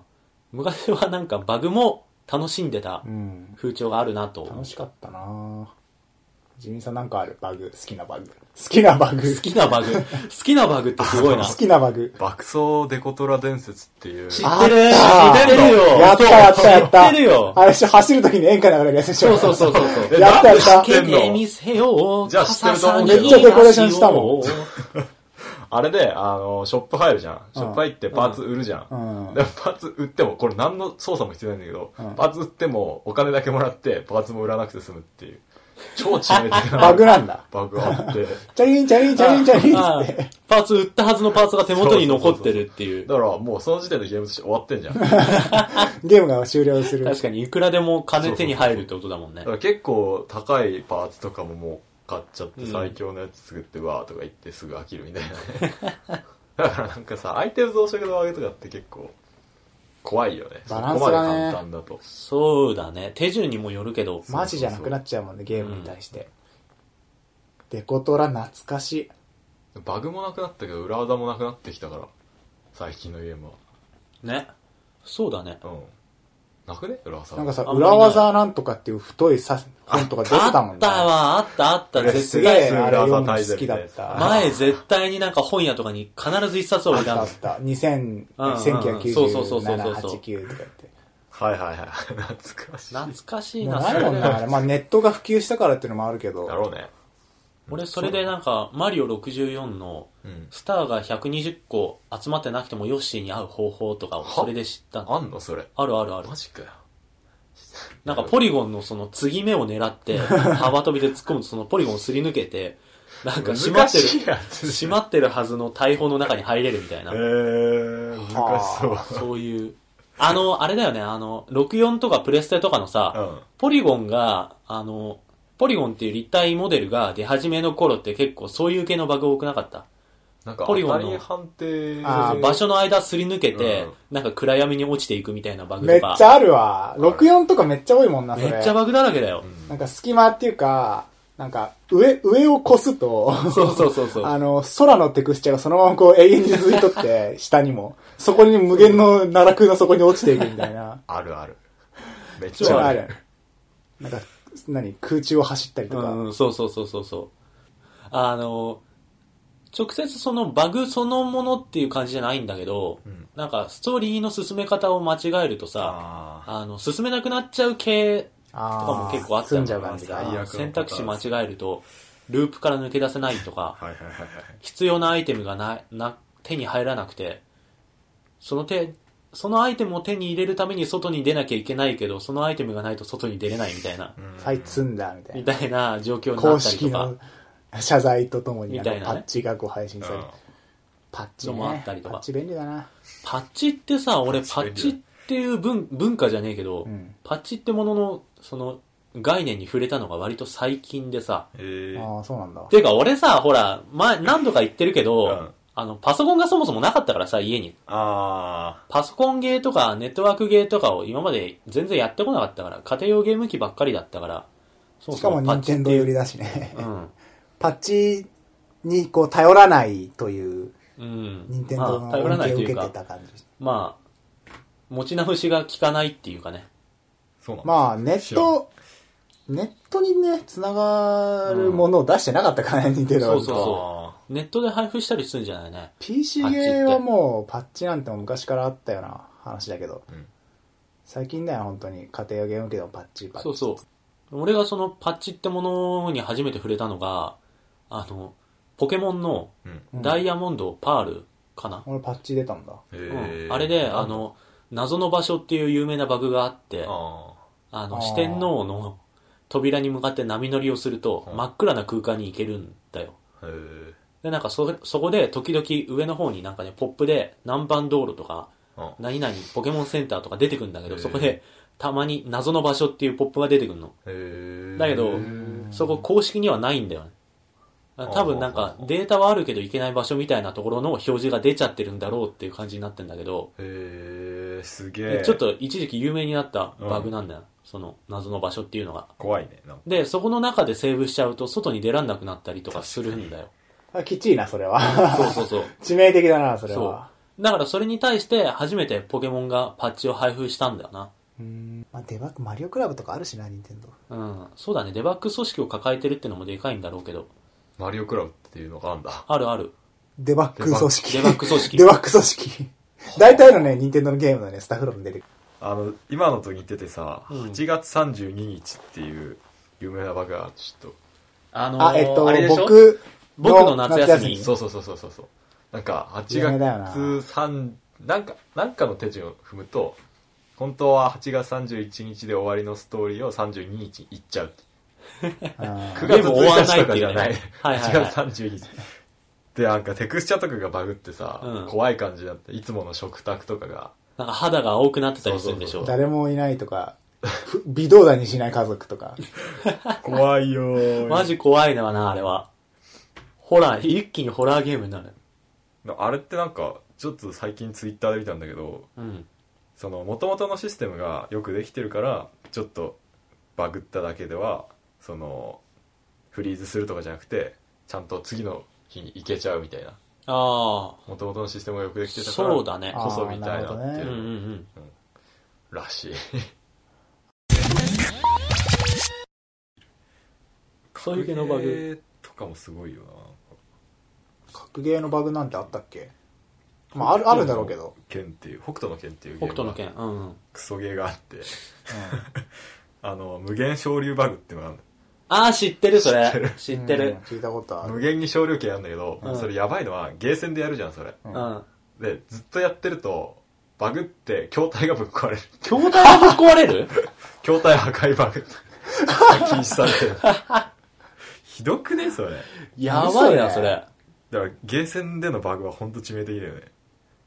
A: 昔はなんかバグも楽しんでた
B: うん。
A: 風潮があるなと。
B: 楽しかったなジミーさんなんかあるバグ。好きなバグ。好きなバグ。
A: 好きなバグ。好きなバグってすごいな。
B: 好きなバグ。
C: 爆走デコトラ伝説っていう。
A: 知
C: あ
A: ってる
B: あった
A: 知ってるよ
B: やったやったやった。
A: 知ってるよ
B: あれでしょ、走るときに演歌流れるやつでしょ。
A: そうそうそうそうそう。
C: え
B: やったやっ
C: な
B: た
C: ん。で知ってんの
A: けてみせよう。
C: じゃあ知ってると思う
B: けどめっちゃデコレーションしたもん
C: あれで、あの、ショップ入るじゃん。ショップ入ってパーツ売るじゃ
B: うん
C: ん。で、パーツ売っても、これ何の操作も必要ないんだけど
B: うん、
C: パーツ売ってもお金だけもらって、パーツも売らなくて済むっていう。超致命的な。
B: [LAUGHS] バグなんだ。
C: バグあって。
B: チャリンチャリンチャリンチャリン
A: あ
B: っ
A: あ
B: つって。
A: パーツ売ったはずのパーツが手元に残ってるっていう。
C: だからもうその時点でゲームとして終わってんじゃ
B: [LAUGHS]
C: ん。だ
B: ゲームが終了する。
A: 確かにいくらでも金手に入るってことだもんね
C: か。ら結構高いパーツとかももう買っちゃって
A: うん
C: 最強のやつ作ってわーとか言ってすぐ飽きるみたいなね。 [LAUGHS] だからなんかさ、アイテム増殖の上げとかって結構怖いよね。
B: バランス
C: そこま
B: が
C: で
B: ね
C: 簡単だと。
A: そうだね。手順にもよるけど。
B: マジじゃなくなっちゃうもんね、ゲームに対して。デコトラ懐かしい。
C: バグもなくなったけど裏技もなくなってきたから、最近のゲームは。
A: ね。そうだね
C: う。ん。なくね裏技。
B: なんかさ、
A: あんまり
B: 裏
A: ない
B: 技なんとかっていう太いさ、本とか出てた
A: あ
B: もん
A: っ
B: ね。
A: たわ、あったあった。
C: 嬉しい
A: 絶
B: すげえ、
A: 対。
B: あれ読むの好きだった。
A: 前絶対になんか本屋とかに必ず一冊を
B: あ
A: 置い
B: った
A: の
B: たあった。2000、
A: うんうんそうそうそうそうそう
B: 1997、89とか言って。
C: はいはいはい。懐かしい。
A: 懐かしい
B: もう
A: な、
B: ないもんね、あれ。まあネットが普及したからっていうのもあるけど。
C: だろうね。
A: 俺それでなんか、マリオ64の
C: うん、
A: スターが120個集まってなくてもヨッシーに会う方法とかをそれで知ったの。
C: あんのそれ。
A: あるあるある
C: マ。ジかよ。 [LAUGHS]
A: なんかポリゴンのその継ぎ目を狙って、幅跳びで突っ込むとそのポリゴンをすり抜けて、なんか閉ま
C: 難
A: ってる、
C: しいやつじ
A: 閉
C: ゃん。
A: まってるはずの大砲の中に入れるみたいな
C: え。ー、難しそう。
A: そういう。あの、あれだよね、あの、64とかプレステとかのさ、
C: うん
A: ポリゴンが、あの、ポリゴンっていう立体モデルが出始めの頃って結構そういう系のバグ多くなかった。
C: なんか、
A: ポ
C: 当
A: リゴン
C: た
A: の
C: り判定。
B: あー
A: 場所の間すり抜けて、
C: うん
A: なんか暗闇に落ちていくみたいなバグ
B: めっ
A: とか。
B: ちゃあるわ。64とかめっちゃ多いもんな、そ
A: め
B: れ。
A: っちゃバグだらけだよ。
B: なんか隙間っていうか、なんか、上、上を越すと、
A: そうそうそうそう。
B: [LAUGHS] あの、空のテクスチャーがそのままこう永遠に続い
A: [LAUGHS]
B: とって、下にも。そこに無限の奈落の底に落ちていくみたいな。
C: あるある。めっち
B: 超あ
C: ゃある。
B: る。なんか、何空中を走ったりとか。
A: うん、そうそうそうそうそう。あの、直接そのバグそのものっていう感じじゃないんだけど、
C: ん
A: なんかストーリーの進め方を間違えるとさ、
C: あ
A: あの、進めなくなっちゃう系とかも結構あった
B: 住ん
A: の
B: じゃう
A: が
B: 感じか
C: あー最
A: さ、
C: 悪
A: 選択肢間違えると、ループから抜け出せないとか
C: あ。、はいはいはいはい。
A: 必要なアイテムがな、な、手に入らなくて、その手、そのアイテムを手に入れるために外に出なきゃいけないけど、そのアイテムがないと外に出れないみたいな、
B: はい、積んだ、みたい
A: み
B: な。
A: たいな状況にな
B: 公
A: ったり
B: 式
A: とか
B: の。謝罪とともに、
A: み
B: あ
A: たい
B: の
A: なね
B: パッチがこう配信され
C: う
B: る
C: ん。
B: パッチね
A: のもあったりとか
B: パッチ便利だな。
A: パッチってさ、俺パッチっていう文文化じゃねえけど、
B: うん
A: パッチってものの、その、概念に触れたのが割と最近でさ。
C: えー、
B: ああ、そうなんだ。
A: ていうか俺さ、ほら、前、何度か言ってるけど、
C: うん
A: あの、パソコンがそもそもなかったからさ、家に。
C: あ
A: パソコンゲーとかネットワークゲーとかを今まで全然やってこなかったから、家庭用ゲーム機ばっかりだったから、そ
B: しかも、
A: パ
B: 任
A: ッチ
B: 天堂寄りだしね。
A: うん。
B: パッチにこう頼らないという、
A: うん。
B: 任天堂
A: まあ、
B: の
A: 頼ら
B: 恩
A: ない
B: 恵を
A: と
B: 受
A: い
B: け
A: う
B: て
A: か、
B: た感じ。
A: まあ、持ち直しが効かないっていうかね。
C: ー、そうなんだ。
B: まあ、ネッ
C: 知らん
B: ト、ネットにね、つながるものを出してなかったからね、任天堂は
A: そうそ
C: あ
A: ネットで配布したりするんじゃないね。
B: PC
A: パッチって
B: ゲーはもう、パッチなんてもう昔からあったような話だけど、
C: ん
B: 最近だよ、本当に。家庭用ゲーム機でもパッチ、パッチ。
A: そうそう。俺がそのパッチってものに初めて触れたのが、あの、ポケモンの
C: ーうん。
A: ダイヤモンド、パールかな、
B: 俺パッチ出たんだ。
C: え
A: うん
C: ー、
A: あれで、あ、の、謎の場所っていう有名なバグがあって、
C: あ
A: あ
B: あ
A: の、
B: ー
A: 四天王の扉に向かって波乗りをすると、
C: うん
A: 真っ暗な空間に行けるんだよ。
C: ー、えー、
A: で、なんかそ、そこで時々上の方になんかね、ポップで南蛮道路とか、
C: あ
A: 何々ポケモンセンターとか出てくるんだけど、
C: へー
A: そこでたまに謎の場所っていうポップが出てくるの。
C: えー、
A: だけどそこ公式にはないんだよね。多分なんかデータはあるけどいけない場所みたいなところの表示が出ちゃってるんだろうっていう感じになってんだけど、
C: えー、すげえ。
A: ちょっと一時期有名になったバグなんだよ。その謎の場所っていうのが。
C: 怖いね。なんか
A: で、そこの中でセーブしちゃうと外に出らんなくなったりとかするんだよ。
B: あ、きっちいな、それは。 [LAUGHS]
A: そうそうそう。
B: 致命的だな、そ
A: [LAUGHS]
B: れ
A: そう
B: は。。
A: だからそれに対して初めてポケモンがパッチを配布したんだよな。
B: うん。まあ、デバッグ、マリオクラブとかあるしな、任天堂。
A: うん。そうだね。デバッグ組織を抱えてるってのもでかいんだろうけど。
C: マリオクラブっていうのがあんだ。
A: あるある。
B: デバッグ組織。
A: デバッグ組織
B: デバッグ組織。大体のね、任天堂のゲームのね、スタッフローに出てくる。
C: あの、今の時言っててさ、
A: うん
C: 8月32日っていう有名なバグがちょっ
A: あのー
B: あ、えっと
A: あれ、でしょ
B: 僕、
A: 僕の夏休み
C: と、そうそうそうそうそうそう。なんか、8
B: 有名だよな
C: 月3、なんか、なんかの手順を踏むと、本当は8月31日で終わりのストーリーを32日行っちゃう。
B: うん
C: 9月
A: でも終わら
C: 1
A: な
C: 日
A: いって
C: とか
A: い
C: じ
A: う
C: ゃ
A: ね
C: ない。
A: はいはい
C: [LAUGHS]
A: はい
C: 8月31日。で、なんかテクスチャとかがバグってさ、
A: うん
C: 怖い感じになって、いつもの食卓とかが、
A: なんか肌が青くなってたりするんでしょ。
B: 誰もいないとか、ふ微動だにしない家族
A: [LAUGHS]
B: とか。
C: 怖いよー
A: マジ怖いのはな、あれは。ホラー、一気にホラーゲームになる。
C: あれってなんか、ちょっと最近ツイッターで見たんだけど、
A: うん。
C: その元々のシステムがよくできてるからちょっとバグっただけではそのフリーズするとかじゃなくてちゃんと次の日に行けちゃうみたいな
A: あ
C: 元々のシステムがよくできてたから
A: そうだね
C: こそみたいな
A: あ。
C: ってい
A: うんうんう。
C: うんらしい
A: そういう系のバグ
C: 格ゲーとかもすごいよな
B: 格ゲーのバグなんてあったっけまあ、ある、あるだろうけ
A: [LAUGHS]
B: ど。
C: 剣っていう北斗の剣っていうゲー
A: 北
C: ム
A: 斗の剣。うんうん。
C: クソゲーがあってあの無限昇竜バグっていうのがあるの
A: ああ、知ってる、それ。知
B: うん
A: って
B: う
A: る
B: ん。聞いたことあ
C: 無
B: る。
C: 限に昇竜拳あるんだけど、
A: うん
C: それやばいのはゲーセンでやるじゃんそれ、
A: う
B: うん
A: ん。
C: でずっとやってるとバグって筐体がぶっ壊れる
A: 筐体がぶっ壊れる [LAUGHS]
C: 筐体破壊バグって禁止されてるひどくねそれ。
A: やばいな、そ
B: それ
A: れ。
C: だから、ゲーセンでのバグは本当致命的だよね。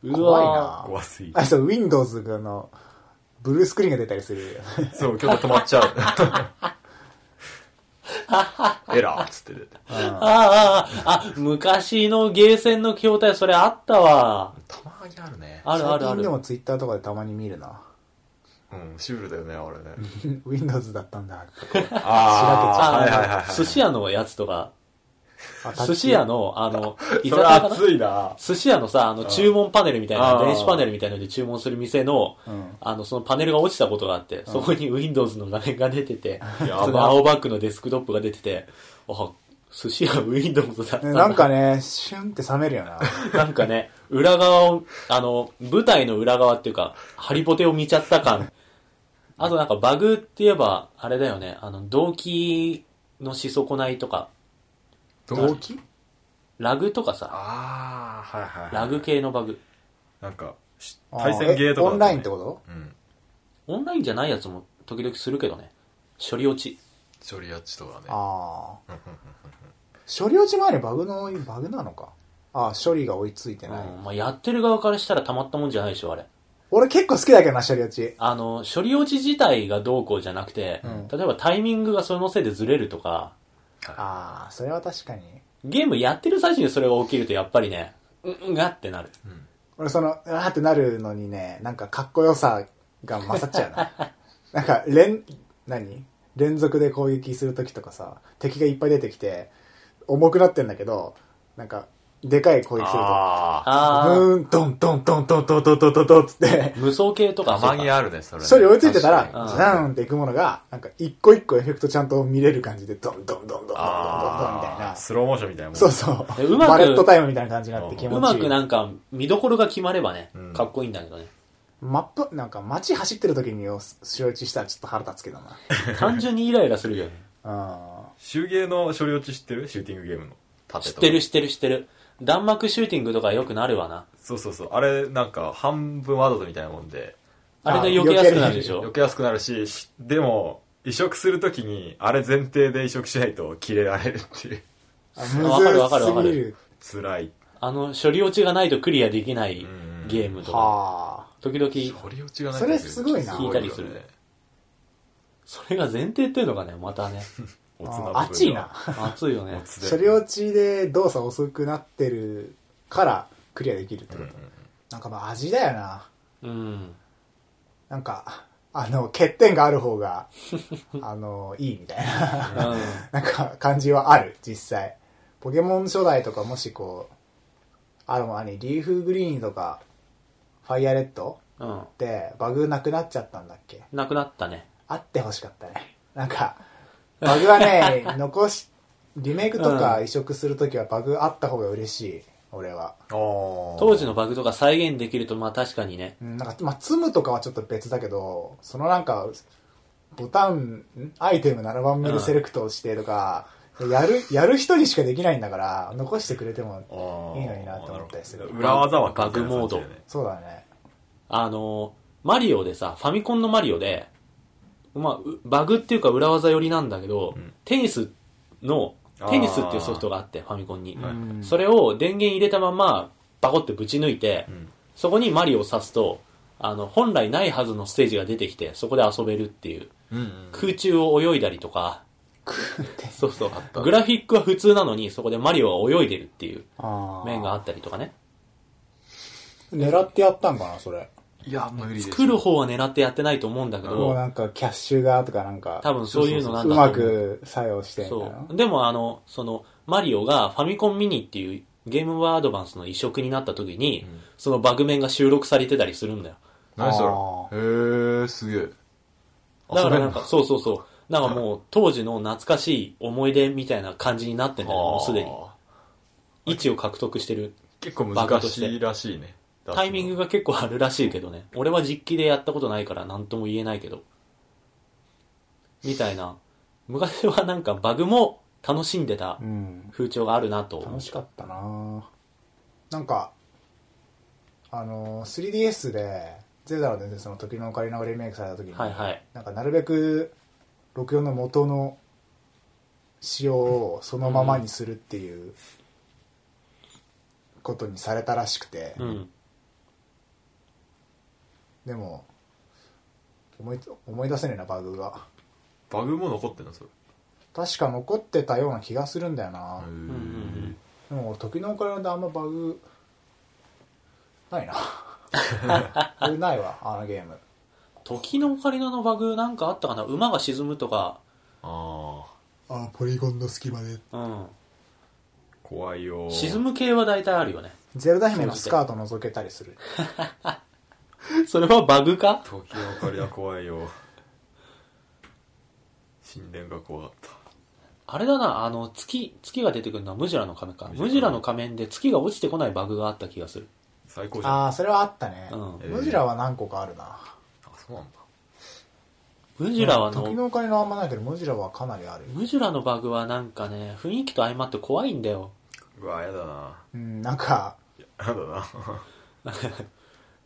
A: う
B: 怖い
A: わ
B: な
C: 怖すぎ
B: あ、。そう、Windows の、ブルースクリーンが出たりする。
C: そう、曲止まっちゃう。
A: [LAUGHS]
C: エラーっつって出て。
A: あああ、ああ、昔のゲーセンの筐体、それあったわ。
C: たまにあるね。
A: あるあるあ
B: 最近
A: る
B: で。も Twitter とかでたまに見るな。 [LAUGHS]
C: うん、シュールだよね、あれね。
B: Windows だった
A: [LAUGHS]
B: んだ。
C: あ
A: あ
C: ー
A: の
C: はいはいはいはい。
A: 寿司屋のやつとか、
B: あタッチ
A: 寿司屋の、あの、居
C: [LAUGHS]
A: 酒
C: それ
A: 屋かな
C: 熱いな。
A: 寿司屋のさ、あの、注文パネルみたいな、
C: あー
A: 電子パネルみたいなので注文する店の、
B: うん
A: あの、そのパネルが落ちたことがあって、そこに Windows の画面が出てて、
C: やば
A: その青バックのデスクトップが出てて、あ、寿司屋 Windows だっただ
B: ねなんかね、シュンって冷めるよな。
A: [LAUGHS] なんかね、裏側を、あの、舞台の裏側っていうか、ハリポテを見ちゃった感。あとなんかバグって言えば、あれだよね、あの、動機のし損ないとか、
B: 動機
A: ラグとかさ、
C: ああ、はいはいはい。
A: ラグ系のバグ。
C: なんか、し
B: あ
C: [LAUGHS] 対戦ゲーとかだ
B: えオ
C: とね、
B: ンラインってこと
C: うん。
A: オンラインじゃないやつも時々するけどね。処理落ち。
C: 処理やっちとかね。
B: ああ。処理落ち前にバグの、バグなのか。ああ、処理が追いついてない。
A: うんまあ、やってる側からしたらたまったもんじゃないでしょ、あれ。
B: 俺結構好きだけどな、処理落ち。
A: あの、処理落ち自体がどうこうじゃなくて、
B: うん
A: 例えばタイミングがそのせいでずれるとか、
B: ああ、それは確かに。
A: ゲームやってる最中にそれが起きるとやっぱりね、うん、うんがってなる。
B: 俺その、うわーってなるのにね、なんかかっこよさが勝っちゃう
C: [LAUGHS]
B: な。なんか、連、何連続で攻撃するときとかさ、敵がいっぱい出てきて、重くなってんだけど、なんか、でかい攻撃すると、
C: ああ、
A: あー
B: ブーン、ドン、ドン、ドン、ドン、ドン、ドン、ドン、ドン、ドン、つって、
A: 無双系とか
C: た
A: そう
C: ま
A: か
C: にあるね、それ、ね。
B: 処理追いついてたら、
C: 確
B: ジ
C: か
A: うん
C: に
B: ャーンっていくものが、なんか一個一個エフェクトちゃんと見れる感じで、ドン、ドン、ドン、ドン、ドン、ドン、ドン、ドン、みたい
C: あ
B: な
C: ー。スローモーションみたいなもん。
B: そうそう
A: え
B: う。
A: うまく
B: バレットタイムみたいな感じになって気持
A: う
B: ち
A: ま
B: いい。
A: くなんか見どころが決まればね
C: うん、
A: かっこいいんだけどね。
B: マップ、なんか街走ってる時によ白打ちしたらちょっと腹立つけどな。
A: 単純にイライラする [LAUGHS] よね。
B: あ
C: シューゲーの処理落ち知ってるシューティングゲームの。
A: 知
C: 知
A: ってる知ってる知ってる。弾幕シューティングとかよくなるわな。
C: そうそうそう。あれ、なんか、半分わざとみたいなもんで、
A: あれで
B: あ
A: 避けやすくなるでし
C: 避
A: ょ。
C: けやすくなるし、しでも、移植するときに、あれ前提で移植しないと切れられるっていう。
B: ーむ
A: わかるわかるわか
B: ずす
A: る
B: ぎる。
C: 辛い。
A: あの、処理落ちがないとクリアできない
C: ん
A: ゲームとか。
B: はあ。
A: 時々、
C: 処理落ちがない
B: それすごいな
C: 聞いたりする
A: 聞いたり
C: ね。
A: それが前提っていうのがね、また [LAUGHS] ね、
C: おつな部分
B: あ
C: が
B: ー熱いな。。
A: 熱いよ
C: お
A: ね。
C: つで。
B: 処理落ちで動作遅くなってるからクリアできるって
C: う
B: こ
C: んう
B: と。
C: ん
B: なんかまあ味だよな。
A: うん。
B: なんか、あの、欠点がある方が、あの、いいみたいな。 [LAUGHS]
A: う
B: なんか感じはある、実際。ポケモン初代とかもしこう、あの、何、リーフグリーンとか、ファイアレッド
A: ん。うん。
B: ってバグなくなっちゃったんだっけ
A: なくなったね。
B: あってほしかったね。なんか、バグはね、残し、リメイクとか移植するときはバグあった方が嬉しい。俺は。
C: 当
A: 当時のバグとか再現できると、まあ確かにね。
B: うんなんか、まあ、積むとかはちょっと別だけど、そのなんか、ボタン、んアイテム7番目でセレクトをしてとか、やる、やる人にしかできないんだから、残してくれても、
C: の
B: いいのになと思ったりする
C: 裏技は
A: バグモード
B: そうだね。
A: あの、マリオでさ、ファミコンのマリオで、まあ、うバグっていうか裏技寄りなんだけど、
C: うん
A: テニスの
C: あ、ー
A: テニスっていうソフトがあって、ファミコンに。
C: はい
B: うん
A: それを電源入れたまま、バコってぶち抜いて、
C: うん
A: そこにマリオを刺すと、あの、本来ないはずのステージが出てきて、そこで遊べるっていう。空中を泳いだりとか、そうそう。グラフィックは普通なのに、そこでマリオが泳いでるっていう
B: あー
A: 面があったりとかね。
B: 狙ってやったんかな、それ。
C: いや無理です
A: 作る方は狙ってやってないと思うんだけ
B: もう
A: ど、
B: なんか、キャッシュがとかなんか、
A: 多分そういうのなん
B: う
A: だと思う。
B: まく作用してみたいな
A: そ。う。でもあの、その、マリオがファミコンミニっていうゲームワードバンスの移植になった時に、
C: うん
A: そのバグ面が収録されてたりするんだよ。
C: 何それ
B: あ
C: へえすげえ
A: だからなん
C: 遊べ
A: か、そうそうそう。なんかもう当時の懐かしい思い出みたいな感じになってんだよね、もうすでに
C: あ。ー
A: 位置を獲得してる。
C: 結構難しいらしいね
A: タイミング
C: が
A: が結構あるらしいけどね。俺は実機でやったことないから何とも言えないけど。みたいな。昔はなんかバグも楽しんでた
B: うん。
A: 風潮があるなと思う
B: 楽。しかったななんかあの 3DS で「ゼルダの伝説」の時のオカリナをリメイクされた時に、
A: はいはい。
B: なんかなるべく64の元の塩をそのままにするっていうことにされたらしくて、
A: うん。
B: でも思い思い出せねえなバグが
C: バグも残ってんのそれ
B: 確か残ってたような気がするんだよな、
C: うん
A: ん
B: でも俺時のオカリナであんまバグない
A: [LAUGHS]
B: なバグないわあのゲーム
A: 時のオカリナのバグなんかあったかな馬が沈むとか、
C: ああ
B: あポリゴンの隙間で
A: うん。
C: 怖いよ
A: 沈む系は大体あるよね。
B: ゼルダ姫のスカート覗けたりする
A: それはバグか
C: 時の明かりは怖
A: [LAUGHS]
C: いよ神殿が怖かっ
A: あれだな、あの、月、月が出てくるのはムジュラの仮面か。
C: ムジュラ
A: ムジュラの仮面で月が落ちてこないバグがあった気がする。
C: た最高じゃんあ
B: ああそれはあったね、
A: うん
B: ムジュラは何個かあるな、
C: そうなんだ
A: ムジュラはあ
B: 時
A: の、
B: のオカリナはあんまないけどムジュラはかなりある
A: ムジュラのバグはなんかね、雰囲気と相まって怖いんだよ。 [LAUGHS]
C: うわやだな
B: うんなんか
C: やだな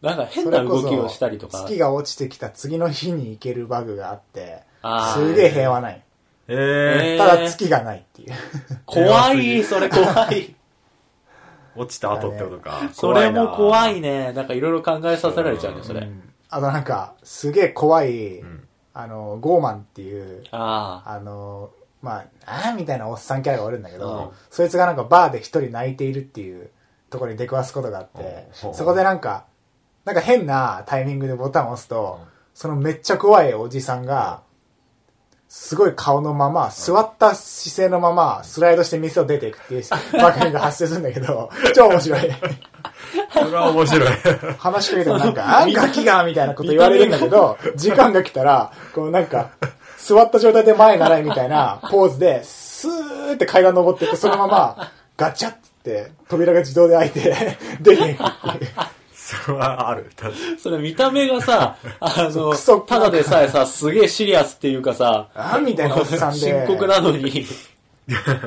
A: なんか変
B: そ
A: な
B: れこ
A: 動
B: そ
A: きをしたりとか
B: 月。が落ちてきた次の日に行けるバグがあって
A: あー
B: すげえ平和ない
C: [LAUGHS] え
A: え
C: え
A: ー
B: ただ月がないっていう、
A: 怖い、それ怖い。
C: 落ちた後ってことか
A: それ
C: な
A: も怖いね。なんかいろいろ考えさせられちゃうね、それ。
B: うんあとなんかすげえ怖い、
C: うん
B: あのゴーマンっていう
A: あ
B: あのまああーみたいなおっさんキャラがおるんだけど、
A: うん
B: そいつがなんかバーで一人泣いているっていうところに出くわすことがあって、
C: うん
B: そこでなんかなんか変なタイミングでボタンを押すと、
C: うん
B: そのめっちゃ怖いおじさんが、すごい顔のまま、座った姿勢のまま、スライドして店を出ていくっていう [LAUGHS] バカが発生するんだけど、超面白い。
C: それは面白い
B: 話しかけてもなんか、あんガキがみたいなこと言われるんだけど、時間が来たら、こうなんか、座った状態で前習いみたいなポーズで、スーって階段登ってって、そのまま、ガチャって、扉が自動で開いて、 [LAUGHS] 出ていくっていう。
C: [LAUGHS] それはある確か
A: あ。それ見た目が
B: [LAUGHS]
A: さ、あ
B: そう
A: の
B: クソ、
A: ただでさえさ、すげえシリアスっていうかさ、
B: あんみたいなおっさん
A: 深
B: で、
A: 刻なの
B: [LAUGHS]
A: に。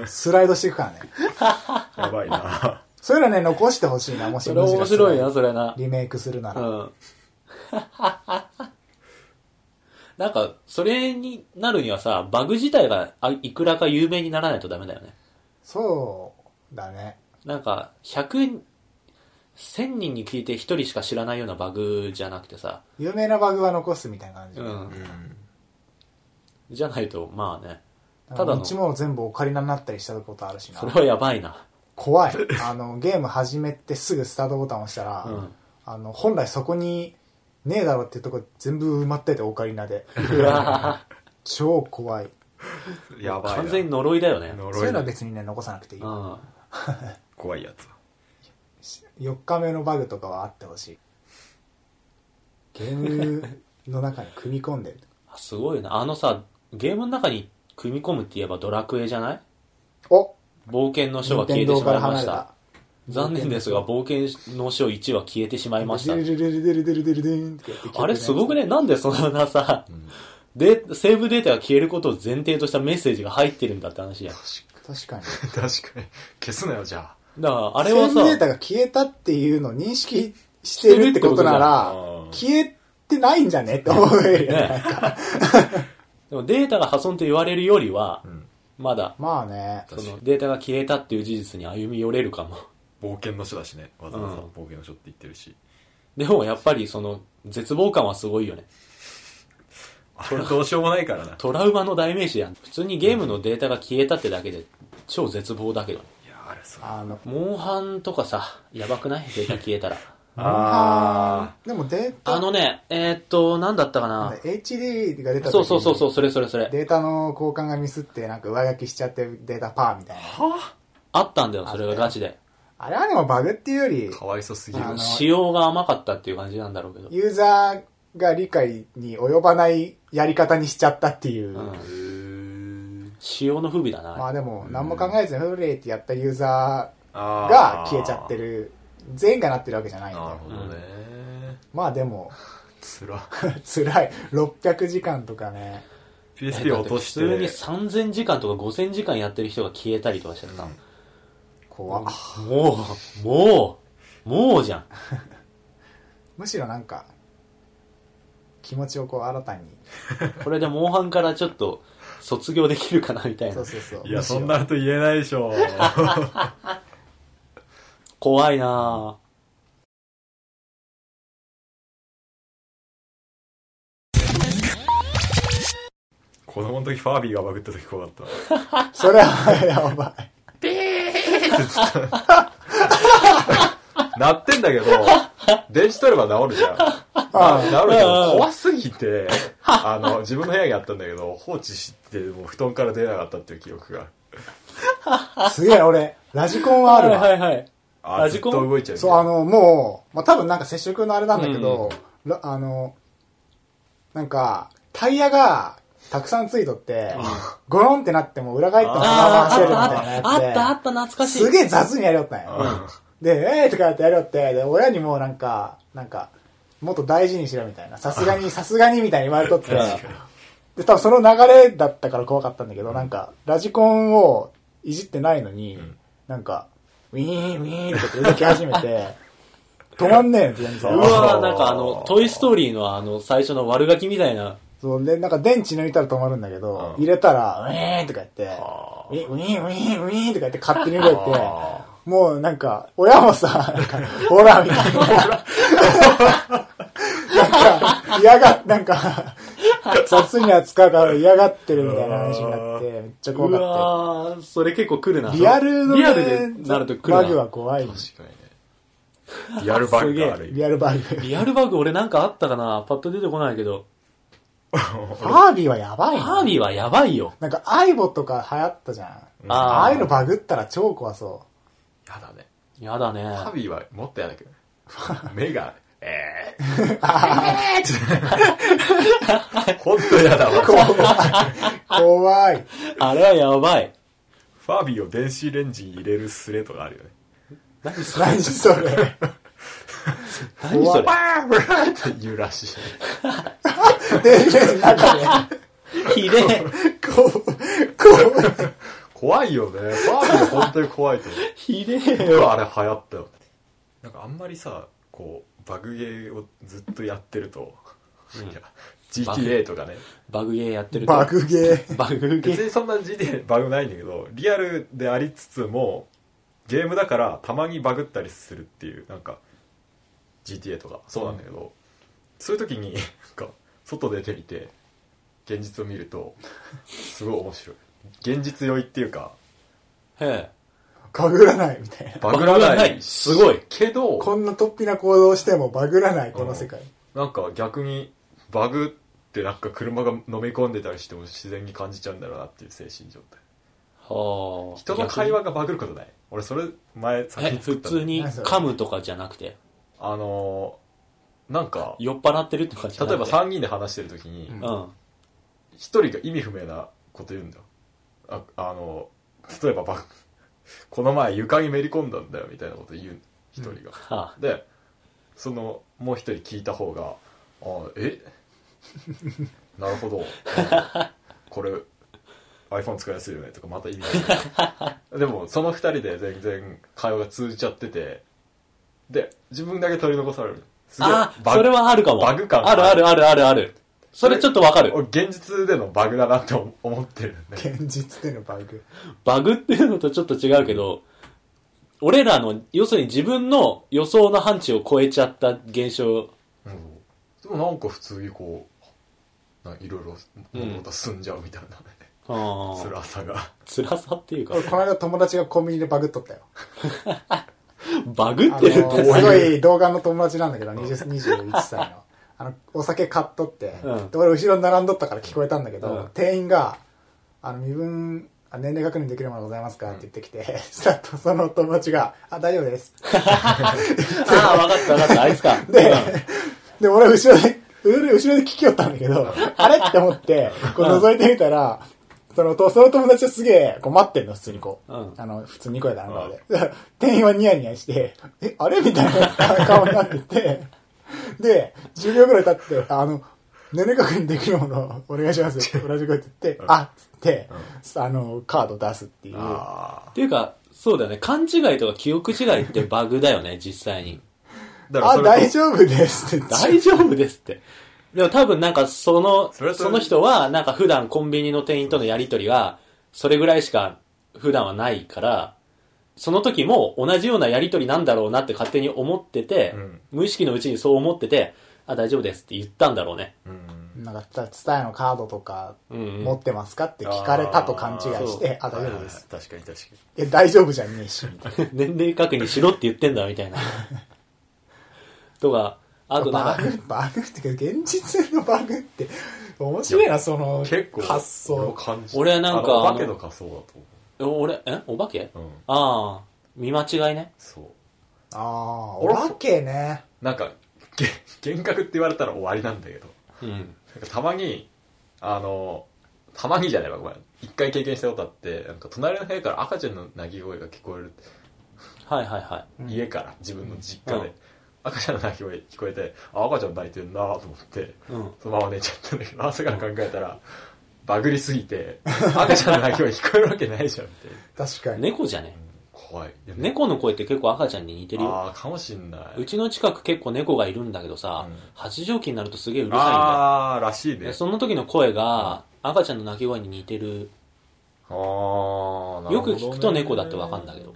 B: スライドしていくからね。
C: にやばいな
B: そういうのね、残してほしいな、もし
A: それ面白いな、
B: もし
A: それな。
B: リメイクする
A: う
B: なら。
A: ん。 [LAUGHS] なんか、それになるにはさ、バグ自体があいくらか有名にならないとダメだよね。
B: そうだね。
A: なんか、100、1000人に聞いて1人しか知らないようなバグじゃなくてさ、
B: 有名なバグは残すみたいな感じ。
A: うん
C: う。ん
A: じゃないと、まあね。
B: た
A: ただ
B: だ、
A: の
B: うちも全部オカリナになったりしたことあるしな。
A: それはやばいな。
B: 怖い。あの、ゲーム始めてすぐスタートボタンを押したら、
A: うん
B: あの、本来そこにねえだろっていうとこ全部埋まってて、オカリナで。
A: うわぁ
B: 超怖い。
C: やばいな
A: [LAUGHS] 完全に呪いだよね。
B: そうい
C: 呪
B: う
C: い
B: のは
C: だ
B: 別にね、残さなくていい。
A: うん。
C: 怖いやつ
B: 4日目のバグとかはあってほしい。ゲ
A: [LAUGHS]
B: ームの中に組み込んでる。
A: あすごいな。あのさ、ゲームの中に組み込むって言えばドラクエじゃない
B: お
A: 冒険の書が消え
B: 天
A: て
B: 堂
A: し
B: か
A: ま
B: ら
A: いま
B: 離
A: し
B: れ
A: た
B: た。。
A: 残念ですが、冒険の書1は消えてしまいました
B: デ。ルデルデルデルデルデンってやって
A: あれすごく
B: ね。
A: ねなんでそんなさ、で、セーブデータが消えることを前提としたメッセージが入ってるんだって話じゃん。
B: 確かに。
C: [LAUGHS] 確かに消すなよじゃあ
A: だから、あ
B: あ
A: れは
B: データ
A: さ、
B: が消えたっていうのを認識してるってことなら
C: うん、
B: 消えてないんじゃねって思えるよね。
A: ねでもデータが破損と言われるよりは、
C: ん
A: まだ、
B: まあね。
A: そのデータが消えたっていう事実に歩み寄れるかも。
C: 冒険の書だしねわざわざ
A: うん
C: 冒険の書って言ってるし、
A: でもやっぱりその、絶望感はすごいよね。
C: あれどうしようも [LAUGHS] ないからな
A: トラウマの代名詞やん。普通にゲームのデータが消えたってだけで、超絶望だけどね。
C: いやあれさ
B: あの、
A: モンハンとかさ、やばくないデータ消えたら。
C: あ
B: でもデータ、
A: あのね、えーっと、なんだったかな。
B: HD が出た時
A: そう
B: に
A: そうそうそう、それそれそれ。
B: データの交換がミスって、なんか上書きしちゃってデータパーみたいな。
A: あったんだよ、それがガチで。
B: あれはでもバグっていうより、
C: かわいそすぎる
B: あの
A: 仕様が甘かったっていう感じなんだろうけど。
B: ユーザーが理解に及ばないやり方にしちゃったっていう。
A: うん。
C: ー
A: 仕様の不備だな。
B: まあでも、何も考えずにフレーってやったユーザー
C: あ
B: が消えちゃって
C: る
B: る。全員がなってるわけじゃないんだ
C: なる
B: よ
C: ほ。どね
B: まあでも、 [LAUGHS]
C: つ [LAUGHS] ら
B: 辛い。600時間とかね。
C: PSP を落として
A: だって普通に3000時間とか5000時間やってる人が消えたりとかしてさ、
B: 怖っ
A: もう、もう、もうじゃん。
B: むしろなんか、気持ちをこう新たに。
A: これでモンハンからちょっと卒業できるかなみたい
B: そ
A: な
B: う。そうそう。
C: いや、
B: むしろ
C: そんなこと言えないでしょ。
A: 怖いなぁ。
C: 子供の時ファービーがバグった時怖かっ
B: それは、やばい。
A: [LAUGHS]
C: た。鳴ってんだけど、電池取れば治るじゃん。
B: あ
C: 治るけど、怖すぎて、あの、自分の部屋にあったんだけど、放置して、もう布団から出なかったっていう記憶が
B: すげえ、俺、ラジコンはあるわ。
A: はいはいはい。
C: ある。
A: ラ
C: ず
A: ジ
C: っ
A: コ
C: と
A: ン
C: 動いちゃうみ
B: そ、
C: たいうな。
B: あの、もう、まあ、多分なんか接触のあれなんだけど、らあの、なんか、タイヤが、たくさんついとって、ゴロンってなっても裏返ったまま走れるみたいなやつで。
A: あったあった懐かしい。
B: すげえ雑にやりよったんよ。
C: あ
B: で、えーとかやってやりよって、で、親にもなんか、なんか、もっと大事にしろみたいな。さすが
A: [LAUGHS]
B: に、さすがにみたいに言われとって。で、多分その流れだったから怖かったんだけど、なんか、ラジコンをいじってないのに、
C: ん
B: なんか、ウィーン、ウィーンとかって動き始めて、止まんねえよ、全
A: う
B: 然。
A: わぁ、なんかあの、トイストーリーのあの、最初の悪ガキみたいな。
B: そう、で、なんか電池抜いたら止まるんだけど、
C: うん
B: 入れたら、ウィーンとかやって、
C: あ
B: ウィウィーン、ウィーン、ウィーンとかやって勝手に動いて、
C: あ
B: もうなんか、親もさ、なんか、ほら、みた
A: [LAUGHS]
B: いな。なんか、嫌が、なんか、雑に扱うから嫌がってるみたいな話になって、めっちゃ怖
A: う
B: かっ
A: わぁ、それ結構来るな。
B: た。リアルの、ね、
A: リアルでなると来るな。
B: バグは怖い。
C: 確かにね。リアルバグがある意味。
B: リアルバグ。フ
A: リアルバグ俺なんかあったかなパッと出てこないけど。
B: ァービーはやばいな
A: ハービーはやばいよ。
B: なんか、アイボとか流行ったじゃん。
C: ん
B: ああいうの
A: ー
B: バグったら超怖そ
C: やだね。
A: やだね。
C: ファービーはもっとやだけど。目が、えー、えー [LAUGHS] って。本当やだわ。
B: う。怖い。怖い。
A: あれはやばい。
C: ファービーを電子レンジに入れるスレとかあるよね。
A: 何それ
B: 何それ。
A: 何それ
C: バーブラーって言うらしい。
B: 電池レンジの中で。
A: ひでえ、
B: こう、こう。
C: 怖いよね。ファービー本当に怖いと思う。
A: [LAUGHS] ひでえ
C: で
A: よ。
C: もあれ流行ったよなんかあんまりさこうバグゲーをずっとやってると、いや GTA とかね
A: バグゲーやってると
B: バグゲー。
A: バグゲ
C: 別
A: ー。
C: にそんな GTA バグないんだけどリアルでありつつもゲームだからたまにバグったりするっていうなんか GTA とかそうなんだけど、そういう時になんか外出てみて現実を見るとすごい面白い現実酔いっていうか
A: へえ。
B: バグらないみたいな。
C: バグら
A: バグら
C: な
A: ない
C: い
A: すごい
C: けど
B: こんな突飛な行動をしてもバグらない、この世界。
C: なんか逆にバグってなんか車が飲み込んでたりしても自然に感じちゃうんだろうなっていう精神状態
A: はあ。
C: 人の会話がバグることない俺それ前先
A: え、
C: に作
A: 普
C: った
A: 通
C: の
A: に噛むとかじゃなくて、
C: あのーなんか例
A: 酔っ払ってるとかじゃな
C: え
A: くて。
C: ば3人で話してる時に
B: うん
A: うん。
C: 一人が意味不明なこと言うんだよああのー例えばバグこの前床にめり込んだんだよみたいなこと言う一人が、
A: は
C: でそのもう一人聞いた方が「あえ [LAUGHS] なるほどこれ iPhone 使いやすいよね」とかまた意味ない [LAUGHS] でもその二人で全然会話が通じちゃっててで自分だけ取り残されるすげえ
A: あ。あ、
C: バ
A: それ
C: グ
A: はあるかも。
C: バグ感
A: あるあるあるあるある。それちょっとわかる。
C: 俺現実でのバグだなって思思ってるんで
B: 現実でのバグ。
A: バグっていうのとちょっと違うけど、俺らの、要するに自分の予想の範疇を超えちゃった現象。
C: うんでもなんか普通にこうないろいろ物事進んじゃうみたいなね、
A: あー
C: 辛さが
A: 辛さっていうか
B: 俺、、この間友達がコンビニでバグっとったよ。
A: バグ
B: あ
A: っ
B: の、
A: て
B: す
A: 言ったら
B: ごい動画の友達なんだけど、20 21歳の。あの、お酒買っとって、
A: うん
B: で俺後ろに並んどったから聞こえたんだけど、
A: うん
B: 店員が、あの、身分、あ年齢確認できるものございますかって言ってきて、 [LAUGHS] さっとその友達が、あ、大丈夫です。
A: ああ、わかったわかった、あい
C: [LAUGHS]
A: つか。
B: で、で、俺後ろで、俺後ろで聞きよったんだけど、あれって思って、こう覗いてみたら、その、とその友達はすげえ、こう待ってんの、普通にこう。
A: うん
B: あの、普通に声だな、顔で。 [LAUGHS] 店員はニヤニヤして、え、あれみたいな顔になってて、で、10秒ぐらい経って、あの、年齢確認できるものをお願いします
C: [LAUGHS]
B: って、同じ声って言って、あっつって、あの、カード出すっていう。
C: ああ
A: っていうか、そうだよね。勘違いとか記憶違いってバグだよね、実際に。
C: だ
B: あ、
C: それと
B: 大丈夫ですって言って。
A: 大丈夫ですって。でも多分なんかその、
C: それはそ
A: そ
C: れ
A: の人はなんか普段コンビニの店員とのやりとりが、それぐらいしか普段はないから、その時も同じようなやりとりなんだろうなって勝手に思ってて、
C: うん
A: 無意識のうちにそう思ってて、あ、大丈夫ですって言ったんだろうね。 [LAUGHS]
C: うん。
B: なんか、たツタヤのカードとか
A: うんうん
B: 持ってますかって聞かれたと勘違いして、あ
C: あー
B: 大丈夫です。。
C: はいはいはい確かに確かに。
B: え、大丈夫じゃねえし、みたい
A: 年齢確認しろって言ってんだみたいな。とか、あと
B: な。
A: な
B: バ
A: んか、
B: グ、バグっていうか、現実のバグって、面白いな、その、
C: 結構、
B: 発
C: 俺も
B: 想。
C: 感じ
A: 俺はなんか
C: あの
A: あの
C: お化けの仮装だと
A: 俺、えお化け
C: 思う。うん。
A: ああ、見間違いね。
C: そう。
B: ああ、お
C: 俺も
B: 化けね。
C: なんか、げ [LAUGHS] 幻覚って言われたら終わりなんだけど。
A: うん。
C: なんかたまに、あの、たまにじゃないわ、ごめん。一回経験したことあって、なんか隣の部屋から赤ちゃんの泣き声が聞こえる。
A: はいはいは
B: うん
C: 家から、自分の実家で。
A: うん
C: 赤ちゃんの泣き声聞こえて、あ、赤ちゃん泣いてるなと思って、
A: い。うん。
C: そのまま寝ちゃったんだけど、朝から考えたら、バグりすぎて、赤ちゃんの泣き声聞こえるわけないじゃんって。
B: 確かに。
A: 猫じゃね
C: 怖い。いや
A: 猫の声って結構赤ちゃんに似てるよ。。
C: ああ、かもしんないう
A: ちの近く結構猫がいるんだけどさ、
C: うん
A: 八畳期になるとすげえうるさいんだよ
C: ああ、らしい
A: で
C: ね。
A: その時の声が赤ちゃんの鳴き声に似てる。
C: ああ、なる
A: よ
C: ほど
A: く
C: ね
A: 聞くと猫だってわかんだけど。。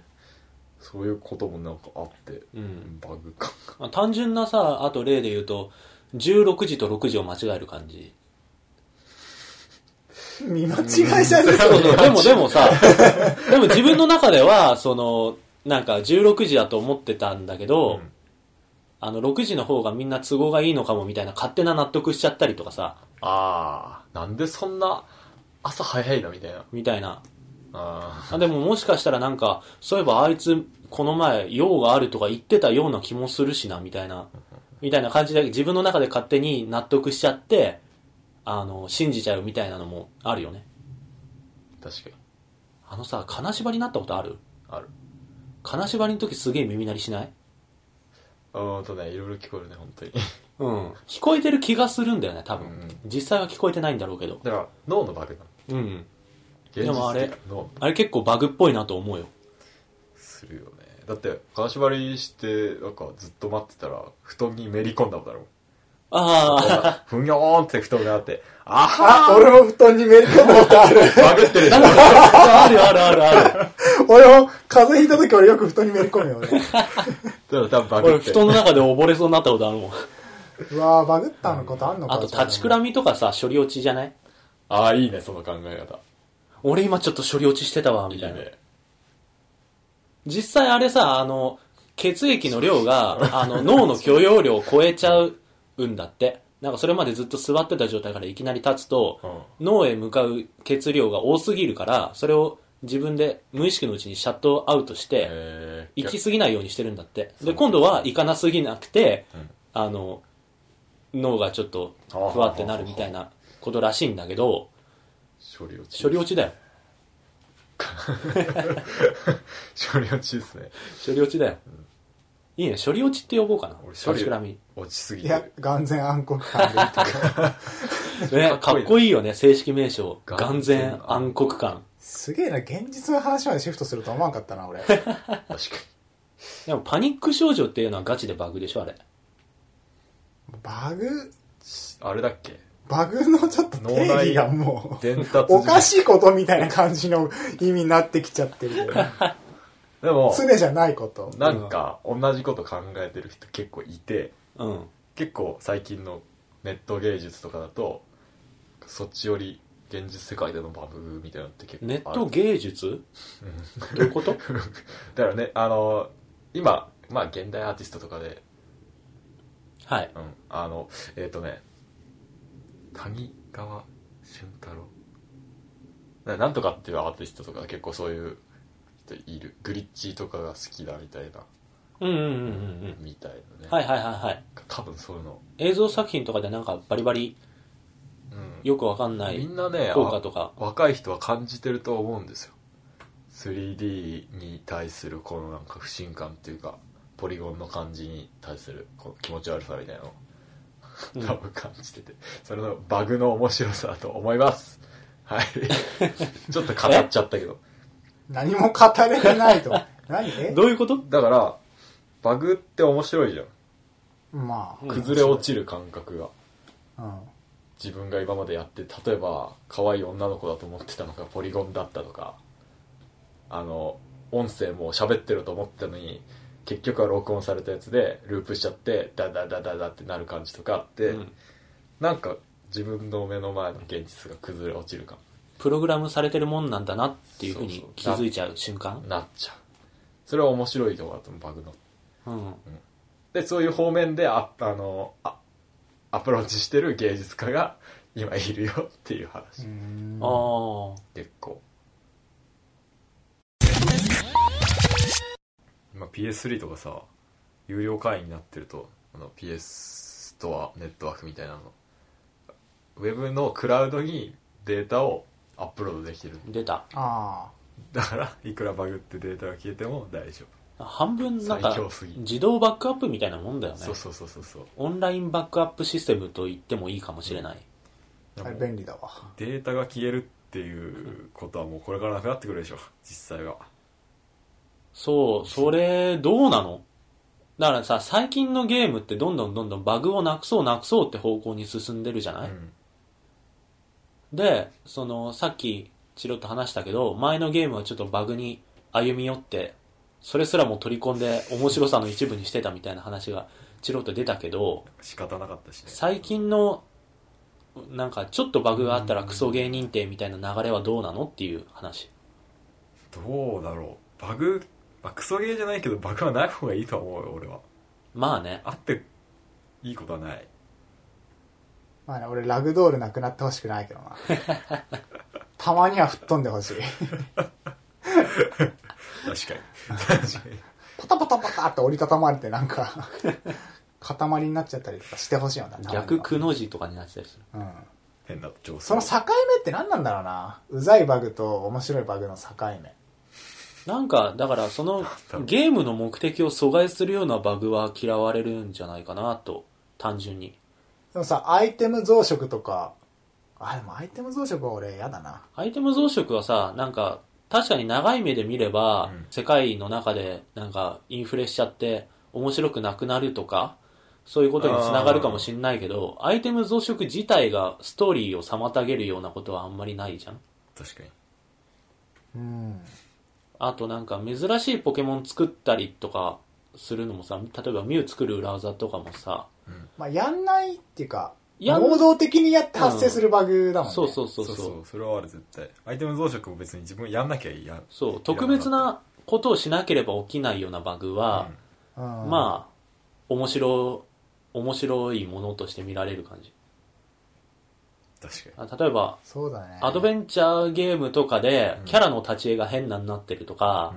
C: そういうこともなんかあって、
A: うん。
C: バグか。
A: まあ単純なさ、あと例で言うと、16時と6時を間違える感じ。
B: 見間違いじゃねえ
A: そうそう、でも
B: そ
A: でもさ、でも自分の中では、その、なんか16時だと思ってたんだけど、
C: うん
A: あの6時の方がみんな都合がいいのかもみたいな勝手な納得しちゃったりとかさ、
C: [LAUGHS] ああ、なんでそんな朝早いなみたいな。
A: みたいな。
C: あ
A: あでももしかしたらなんか、そういえばあいつこの前用があるとか言ってたような気もするしな、みたいな、みたいな感じで自分の中で勝手に納得しちゃって、あの、信じちゃうみたいなのもあるよね。
C: あ、確かに。
A: あのさ、金縛りになったことある
C: ある。
A: 金縛りの時すげえ耳鳴りしない
C: うーんとね、いろいろ聞こえるね、本当に。 [LAUGHS]
A: うん。聞こえてる気がするんだよね、多分。
C: うん
A: 実際は聞こえてないんだろうけど。
C: だから、脳のバグなの。
A: うん。
C: 現実的
A: でもあれ
C: 脳
A: あれ結構バグっぽいなと思うよ。
C: するよね。だって、金縛りして、なんかずっと待ってたら、布団にめり込んだもんだろう。
A: あ
C: ふにょーんって布団があって、あは
B: あ、 [LAUGHS] 俺も布団にめり込むことある。 [LAUGHS]
C: バグってるで
A: [LAUGHS]
C: しょ
A: あ、あるあるあるあ [LAUGHS] る。
B: 俺も、風邪ひいた時俺よく布団にめり込むよ、俺。
C: でも多分バグ
A: 俺、
C: って
A: 布
C: る。
A: 団の中で溺れそうになったことあるもん。
B: うわーバグったのことあんのか
A: あと、立ちくらみとかさ、処理落ちじゃない
C: ああ、いいね、その考え方。
A: 俺今ちょっと処理落ちしてたわ、
C: い
A: み
C: い
A: たいな。
C: ね。
A: 実際あれさ、あの、血液の量が、あの、脳の許容量を超えちゃうんだって。なんかそれまでずっと座ってた状態からいきなり立つと、脳へ向かう血量が多すぎるから、それを自分で無意識のうちにシャットアウトして、
C: えー
A: 行き過ぎないようにしてるんだって。
C: そ
A: で、
C: う
A: 今度は行かなすぎなくて、
C: うん
A: あの、脳がちょっとふわってなるみたいなことらしいんだけど、
C: 処理落ち。
A: 処理落ちだよ。
C: ち。処理落ちですね。
A: 処理落ちだよ。いいね、処理落ちって呼ぼうかな。
C: 俺
A: 立
C: 処理
A: ちくら
C: [LAUGHS]
A: み。
C: 落ちすぎ
B: いや
C: る。、
B: 眼前暗黒感で言ってる
A: ね、
C: か
A: か
C: っこい
A: っ
C: いな
A: こいいよね、正式名称。眼
C: 眼
A: 前
C: 前
A: 暗黒感。
B: すげえな、現実の話までシフトすると思わんかったな、俺。
C: 確か
A: でもパニック症状っていうのはガチでバグでしょ、あれ。
B: バグ、
C: に。あれだっけ
B: バグのちょっと定義がもう、
C: 伝達。
B: おかしいことみたいな感じの意味になってきちゃってるよね。
C: でも、
B: 常じゃないこと。
C: なんか、同じこと考えてる人結構いて、
A: うん。
C: 結構最近のネット芸術とかだと、そっちより現実世界でのバグみたいなのって結構あ
A: ネ
C: る。
A: ット芸術どういうこと
C: [LAUGHS] だからね、あの、今、まあ現代アーティストとかで、
A: はい。
C: うん、あの、えっ、とね、谷川俊太郎。ななんとかっていうアーティストとか結構そういう人いる。グリッチーとかが好きだみたいな、
A: うんうんうんうんうん。
C: みたいなね。
A: はいはいはいはい。
C: 多分そういうの。
A: 映像作品とかでなんかバリバリ
C: うん。
A: よくわかんない
C: みんなね、
A: 効果とか。
C: 若い人は感じてると思うんですよ 3D に対するこのなんか不信感っていうかポリゴンの感じに対するこの気持ち悪さみたいなのを
A: うん
C: 多分感じてて、それのバグの面白さだと思いますはい
A: [LAUGHS]
C: ちょっと語っちゃったけど
B: 何も語れてないと。何え
A: どういうこと
C: だからバグって面白いじゃん
B: まあ。
A: うん
C: 崩れ落ちる感覚が、
B: うん。
C: 自分が今までやって例えば可愛い女の子だと思ってたのがポリゴンだったとかあの音声も喋ってると思ってたのに結局は録音されたやつでループしちゃってダダダダダってなる感じとかあって、
A: うん
C: なんか自分の目の前の現実が崩れ落ちるか
A: プログラムされてるもんなんだなっていうふうに
C: そう
A: 気
C: そう
A: づいちゃう瞬間
C: もなっちゃうそれは面白いとこだと思うバグの
A: うん
C: でそういう方面でああのあアプローチしてる芸術家が今いるよっていう話、
B: うん
A: ああ
C: 結構今 PS3 とかさ有料会員になってるとあの PS ストアネットワークみたいなのウェブのクラウドにデータをアップロードできてる
A: 出た
B: あ
C: だからいくらバグってデータが消えても大丈
A: 半分なんか
C: 最強すぎ
A: 自動バックアップみたいなもんだよ
C: 夫
A: ね
C: そうそうそうそうそう
A: オンラインバックアップシステムと言ってもいいかもしれない、
C: で
B: あ。あ
C: も
B: れ便利だわ。
C: データが消えるっていうことはもうこれからなくなってくるでしょ実際は
A: そうそれどうなのだからさ最近のゲームってどんどんどんどんバグをなくそうなくそうって方向に進んでるじゃない、
C: うん
A: でそのさっきチロッと話したけど前のゲームはちょっとバグに歩み寄ってそれすらも取り込んで面白さの一部にしてたみたいな話がチロッと出たけど
C: 仕方なかったしね
A: 最近のなんかちょっとバグがあったらクソ芸人定みたいな流れはどうなのっていう話
C: どうだろうバグ、まあ、クソゲーじゃないけどバグはない方がいいとは思うよ俺は
A: まあね
C: あっていいことはない
B: まあね、俺ラグドールなくなってほしくないけどな。たまには吹っ飛んでほしい。
C: 確かに [LAUGHS] 確かに
B: パタパタパタって折りたたまれてなんか、塊になっちゃったりとかしてほしいよな、たまには
A: 逆くの字とかになってたりする
B: うん。
C: 変な調査
B: その境目って何なんだろうな。うざいバグと面白いバグの境目。
A: なんかだからその
C: だろう
A: ゲームの目的を阻害するようなバグは嫌われるんじゃないかなと単純に
B: でもさ、アイテム増殖とか、あ、でもアイテム増殖は俺嫌だな。
A: アイテム増殖はさ、なんか、確かに長い目で見れば、
C: うん
A: 世界の中で、なんか、インフレしちゃって、面白くなくなるとか、そういうことにつながるかもしんないけど、アイテム増殖自体がストーリーを妨げるようなことはあんまりないじゃん。
C: 確かに
B: うん。
A: あとなんか、珍しいポケモン作ったりとかするのもさ、例えばミュウ作る裏技とかもさ、
B: まあ、やんないっていうか、
A: やん
B: 能動的にやって発生するバグだもんね。
A: そうそうそ
C: そううそ
A: そうう。
C: そ
A: そう
C: れはある絶対アイテム増殖も別に自分やんなきゃいいや
A: そう、特別なことをしなければ起きないようなバグは、
B: うん。ま
A: まあ、面白、面白いものとして見られる感じ。
C: 確かに
A: あ例えば、
B: そうだね。
A: アドベンチャーゲームとかで、キャラの立ち絵が変なになってるとか、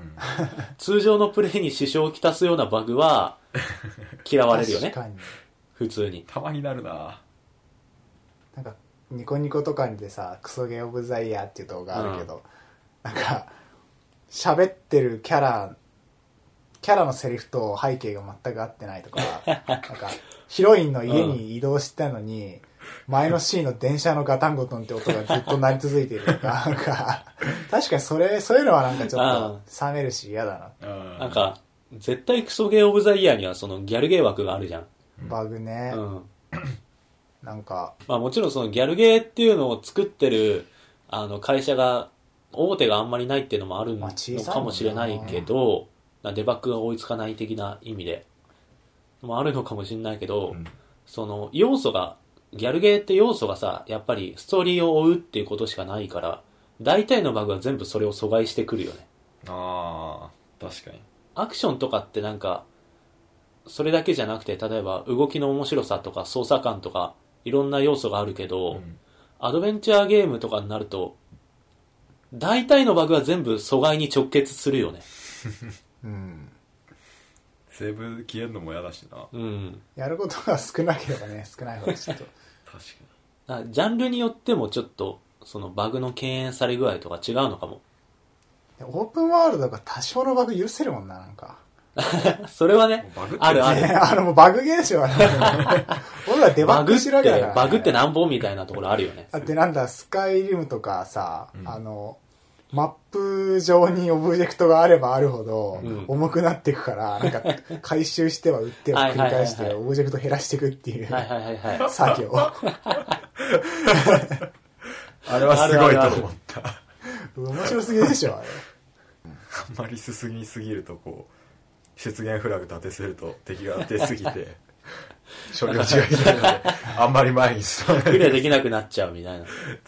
A: 通常のプレイに支障をきたすようなバグ
B: [LAUGHS]
A: は、嫌われるよね
B: 確。かに。
A: 普通に。
C: たまになるな
B: なんか、ニコニコとかでさ、クソゲーオブザイヤーっていう動画あるけど、なんか、喋ってるキャラ、キャラのセリフと背景が全く合ってないとか、なんか、ヒロインの家に移動したのに、前のシーンの電車のガタンゴトンって音がずっと鳴り続いているとか、なんか、確かにそれ、そういうのはなんかちょっと冷めるし嫌だな。
C: な
A: なんか、絶対クソゲーオブザイヤーにはそのギャルゲー枠があるじゃん。
B: バグね。
A: うん。
B: なんか、
A: まあもちろんそのギャルゲーっていうのを作ってる、あの会社が、大手があんまりないっていうのもある
B: ま
A: の
B: あ小さいもんな
A: かもしれないけど、なデバッグが追いつかない的な意味で、もあるのかもしれないけど、
C: うん
A: その要素が、ギャルゲーって要素がさ、やっぱりストーリーを追うっていうことしかないから、大体のバグは全部それを阻害してくるよね。
C: あー確かに
A: アクションとかってなんか、それだけじゃなくて、例えば動きの面白さとか操作感とか、いろんな要素があるけど、
C: うん
A: アドベンチャーゲームとかになると、大体のバグは全部阻害に直結するよね。
B: うん。
C: セーブ消えるのも嫌だしな確
A: うん。
B: やることが少なければね、少ない方がちょっと。
C: かに
A: だジャンルによってもちょっと、そのバグの敬遠され具合とか違うのかも。 [LAUGHS]
B: オープンワールドが多少のバグ許せるもんな、なんか。 [LAUGHS]
A: それはね
C: もうバグって、
A: あるあ
B: ね
A: る。
B: あの、もうバグ現
A: [LAUGHS]
B: 象はね、俺らデバ
A: バ
B: ッ
A: グ
B: グ
A: っ
B: して
A: て
B: るわけだから、、
A: バグってなんぼみたいなところあるよね。
B: だってなんだ、スカイリムとかさ、
C: うん
B: あの、マップ上にオブジェクトがあればあるほど
A: うん、
B: 重くなっていくから、なんか、回収しては売っては
A: はい
B: 繰
A: はいはい
B: り
A: はい
B: 返して、オブジェクト減らしていくっていう
A: はいはいはいはい。
B: 作業。
C: あれはすごいと思った。あ
B: 面白すぎでしょ、あれ。
C: んまり進みすぎるとこう、出現フラグ立てすると敵が当てすぎ
A: [LAUGHS]
C: て、処理落ちがひどいので、あんまり前に進まな
A: クリア
C: い。
A: できなくなっちゃうみたいな。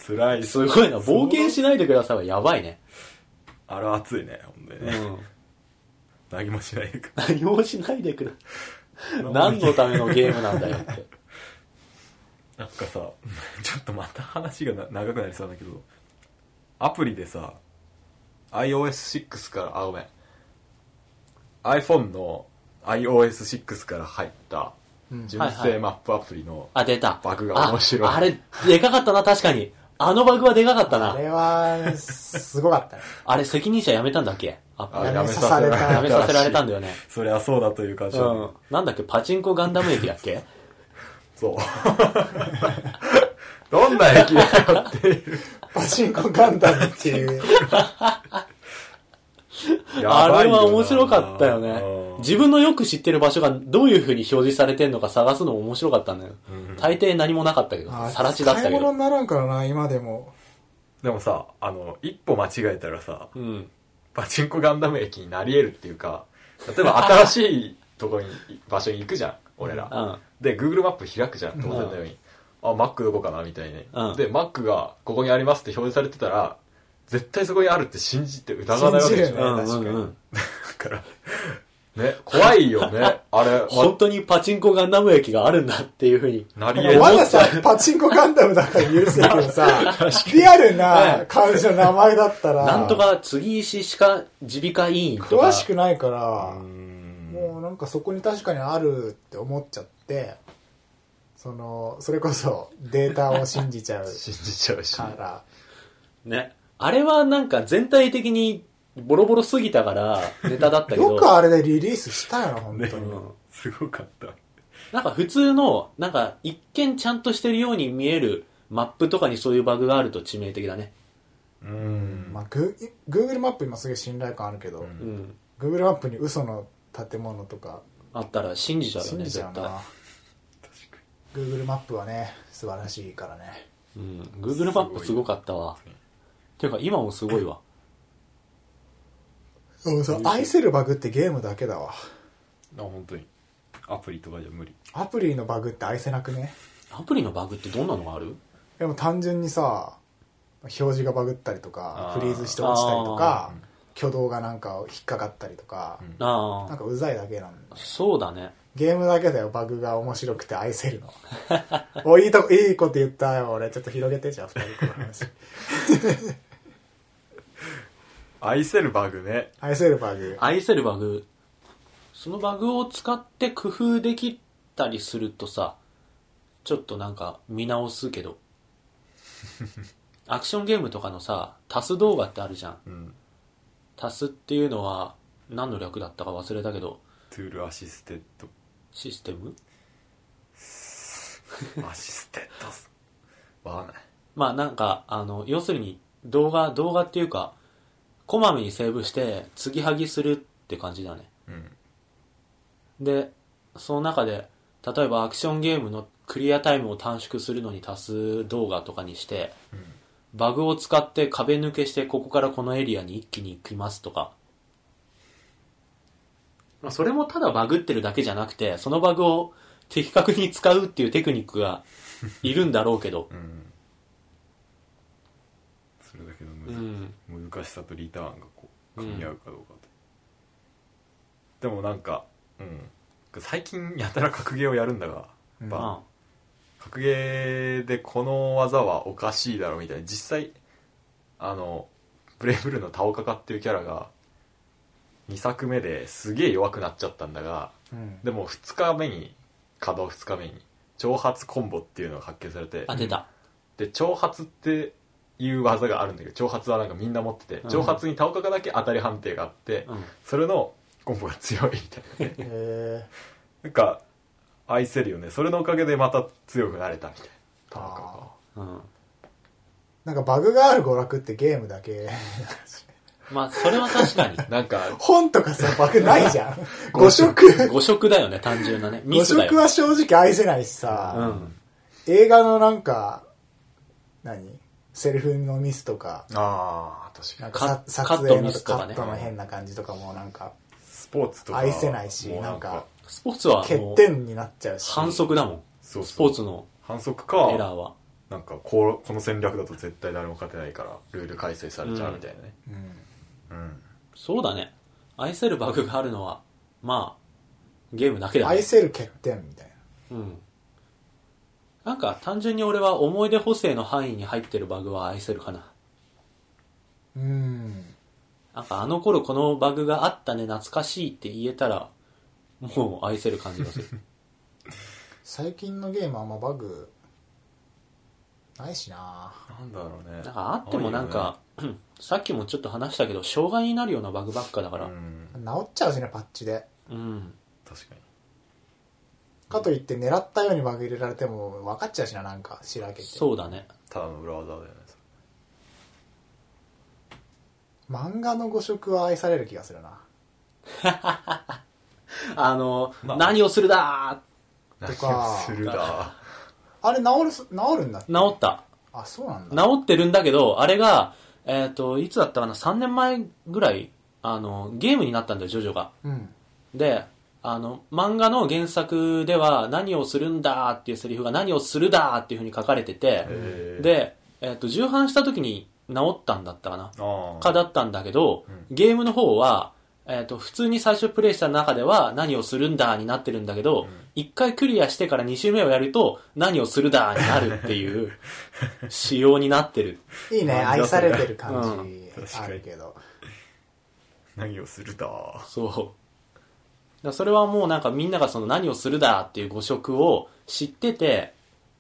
C: 辛い。
A: すごいな。冒険しないでくださいはやばいね。
C: あれは熱いね、ほんで
A: う
C: ね。
A: ん。
C: 何もしないで
A: [LAUGHS] 何もしないでください。何のためのゲームなんだよって。
C: なんかさ、ちょっとまた話がな長くなりそうだけど、アプリでさ、iOS6 から、あ、ごめん。iPhone の iOS6 から入った、純
A: はいは
C: 正
A: い
C: マップアプリの、
A: あ、出た。
C: バグが面白い
A: ああれ、でかかったな、確かに。あのバグはでかかった
B: あ
A: な。
B: れは、すごかったね。
A: あれ、責任者辞めたんだっけアップ
C: あ
A: ル
B: やめさされた
A: 辞めさせられたんだよね。
C: そりゃそうだという感じだね
A: うん。なんだっけ、パチンコガンダム駅だっけ
C: そう。 [LAUGHS] どんな駅だよっ
A: [LAUGHS]
C: ていう。
B: パチンコガンダムっていう。
C: やば
A: あ
C: い
A: れ
C: よな
A: は面白かったよね
C: うん。
A: 自分のよく知ってる場所がどういう風に表示されてんのか探すのも面白かったんだよ。大抵何もなかったけど、さらちだった
B: 買い
A: け
B: 物
A: ど。
B: にならんからな、今でも。
C: でもさ、あの、一歩間違えたらさ、
A: うん。
C: パチンコガンダム駅になり得るっていうか、例えば新しいとこに、場所に行くじゃん、俺ら。
A: うん。
C: で、Google マップ開くじゃん、当然のように。あ、マックどこかなみたいに。
A: うん
C: で、マックがここにありますって表示されてたら、絶対そこにあるって信じて疑わないわけでし
B: 信
C: ょ。
B: じ
C: だ
B: るよね
A: うん
B: 確かに
A: うんうん
C: から、ね、怖いよね、
A: [LAUGHS]
C: あれ。
A: 本当にパチンコガンダム駅があるんだっていう風に。
C: なり得る。
B: まださ、パチンコガンダムだから許せるけどさ、リアルな感じの名前だったら、
A: なんとか杉石歯科耳鼻科医院とか。
B: 詳しくないから、
C: うん
B: もうなんかそこに確かにあるって思っちゃって、その、それこそデータを信じちゃう
C: 信じちゃうし。
B: から、
A: ね。あれはなんか全体的にボロボロすぎたからネタだったけど。
B: [LAUGHS] よくあれでリリースしたよな、本当に。
A: うん
C: すごかった。
A: なんか普通の、なんか一見ちゃんとしてるように見えるマップとかにそういうバグがあると致命的だね。
C: うん
B: まあ、グー Google マップ今すげえ信頼感あるけど、
C: ん
A: うん。
B: Google マップに嘘の建物とか
A: あったら信じちゃうよ
B: 信
A: ね、
B: じち
A: 絶
B: ゃう
A: 対。
B: な。Google マップはね、素晴らしいからね。
A: うん。Google マップすごかったわ。ていうか今もすごいわ。
B: そうそう愛せるバグってゲームだけだわ。
C: あ、本当に。アプリとかじゃ無理。
B: アプリのバグって愛せなくね
A: アプリのバグってどんなのがある
B: でも単純にさ、表示がバグったりとか
C: あ、ー
B: フリーズして落ちたりとか、挙動がなんか引っかかったりとか、
A: あ
B: なん
A: あ。
B: かうざいだけなんだ。
A: そうだね。
B: ゲームだけだよ、バグが面白くて愛せるの。 [LAUGHS] お、いいとこ、いいこと言ったよ、俺。ちょっと広げて、じゃあ、二人この話。
C: 愛せるバグね。
B: 愛せるバグ。
A: 愛せるバグそのバグを使って工夫できたりするとさちょっとなんか見直すけどアクションゲームとかのさ足す動画ってあるじゃん
C: うん。
A: 足すっていうのは何の略だったか忘れたけど
C: トゥールアシステッ [LAUGHS] ド。
A: システム
C: アシステッドス。わかんない。
A: まあなんかあの要するに動画動画っていうかこまめにセーブして継ぎはぎするって感じだね
C: うん。、
A: でその中で例えばアクションゲームのクリアタイムを短縮するのに足す動画とかにして、バグを使って壁抜けしてここからこのエリアに一気に行きますとか、まあ、それもただバグってるだけじゃなくてそのバグを的確に使うっていうテクニックがいるんだろうけど
C: うん。それだけの
A: う
C: むず、
A: ん、
C: 難しさとリターンがこう、組み合うかどうかと。でもなんか、うん。最近やたら格ゲーをやるんだが、
B: うん
C: まあ
A: ま
C: 格ゲーでこの技はおかしいだろみたいな実際あのブレイブルーのタオカカっていうキャラが2作目ですげえ弱くなっちゃったんだが
B: うん。
C: でも2日目に稼働2日目に挑発コンボっていうのが発見されて
A: ああ出た、
C: で挑発っていう技があるんだけど挑発はなんかみんな持ってて
A: うん
C: 挑発にタオカカだけ当たり判定があって
A: うん、
C: それのコンボが強いみたいなね
B: え
C: なんか愛せるよねそれのおかげでまた強くなれたみたいなタオカカは
B: あ
A: うん、
B: なんかバグがある娯楽ってゲームだけ。 [LAUGHS]
A: まあ、それは確かに。
C: なんか、
B: 本とかさ、バグない [LAUGHS] じゃん。5色、
A: 誤色だよね、単純なね。ミ
B: 5
A: スだよ。
B: 色は正直愛せない
A: う
B: しさ、
A: ん。
B: 映画のなんか、何セルフのミスとか、
C: ああ、確か
B: なん
C: に。
B: かさ
A: カカット
B: 撮影
A: ミ
B: の
A: スと
B: カ
A: かね
B: ットの変な感じとかもなんか、
C: スポーツとか。
B: 愛せないし
C: もう
B: なんか
A: スポーツは
B: 欠
A: もう、
B: 点になっちゃうし。
A: 反則だもん。
C: そうそう
A: スポーツの
C: 反則
A: エラー
C: か、
A: は。
C: なんかこう、この戦略だと絶対誰も勝てないから、ルール改正されちゃうみたいなね。
B: うん
C: うん。
A: そうだね。愛せるバグがあるのは、まあ、ゲームだけだね。
B: 愛せる欠点みたいな。
A: うん。なんか単純に俺は思い出補正の範囲に入ってるバグは愛せるかな。
B: うん。
A: なんかあの頃このバグがあったね、懐かしいって言えたら、もう愛せる感じがする。
B: 最近のゲームあんまバグ、ないしな
C: なんだろうね。
A: なんかあってもなんか、さっきもちょっと話したけど、障害になるようなバグばっかだか
C: ある
A: ら
C: よね、。うん。
B: 治っちゃうしね、パッチで。
A: うん。
C: 確かに。
B: かといって狙ったようにバグ入れられても分かっちゃうしな、なんか、しらけて。
A: そうだね。
C: ただの裏技だよね。それ
B: 漫画の語色は愛される気がするな。
A: あの、
C: まあ
A: 何をするだ
B: とか
C: 何をす
A: [LAUGHS]
C: るだ。
B: あれ治るす、治るんだって
A: ー治った。
B: あ、そうなんだ。
A: 治ってるんだけど、あれが、えっ、と、いつだったかな、3年前ぐらい、あの、ゲームになったんだよ、ジョジョが。
B: うん。
A: で、あの、漫画の原作では、何をするんだーっていうセリフが、何をするだーっていう風に書かれてて、
C: へー、
A: で、えっ、と、重版した時に治ったんだったかな。
C: ああ
A: かだったんだけど、
C: う
A: ゲームの方は、えっ、と、普通に最初プレイした中では、何をするんだーになってるんだけど、一回クリアしてから2周目をやると、何をするだーになるっていう [LAUGHS] 仕様になってる。
B: いいね、
C: なん
B: 愛
C: だそ
B: さ
C: れ
B: れてる感
A: う
B: じ
C: 確か
B: あ
C: に
B: るけど。
C: 何をするだ。
A: そう。だからそれはもうなんかみんながその何をするだっていう誤色を知ってて、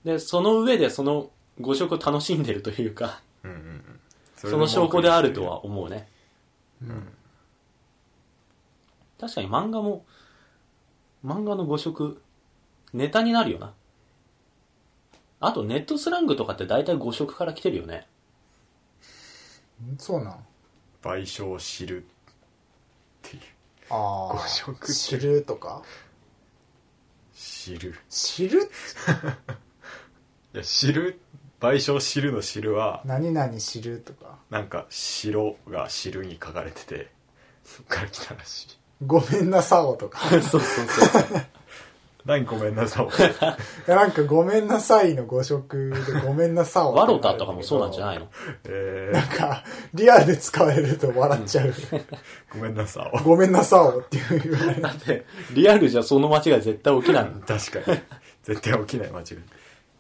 A: で、その上でその誤色を楽しんでるというか、
C: うんうんうん。それ
A: その証拠であるとは思うね。確かに漫画も、漫画の誤色、ネタになるよな。あとネットスラングとかって大体誤色から来てるよね。
B: んそうなん。
C: 賠償を知るっていう
B: あ
C: 語色っ
B: あ。
C: て
B: 知るとか
C: 知る
B: 知る
C: いや知る賠償知るの知るは
B: 何々知るとか。
C: なんか白が知るに書かれててそっから来たらしい
B: ごめんなさおとか。
A: そうそうそう。
C: 何ごめんな [LAUGHS] さい
B: いやなんかごめんなさいの語色でごめんなさ
A: [LAUGHS]
B: お
A: ワロタとかもそうなんじゃ
B: い
A: ないの
C: え
B: なんか、リアルで使われると笑っちゃう。
C: ー、ごめんなさい
B: ごめんなさおっていう言われ
A: だって、リアルじゃその間違い絶対起きないの。
C: 確かに絶対起きない間違い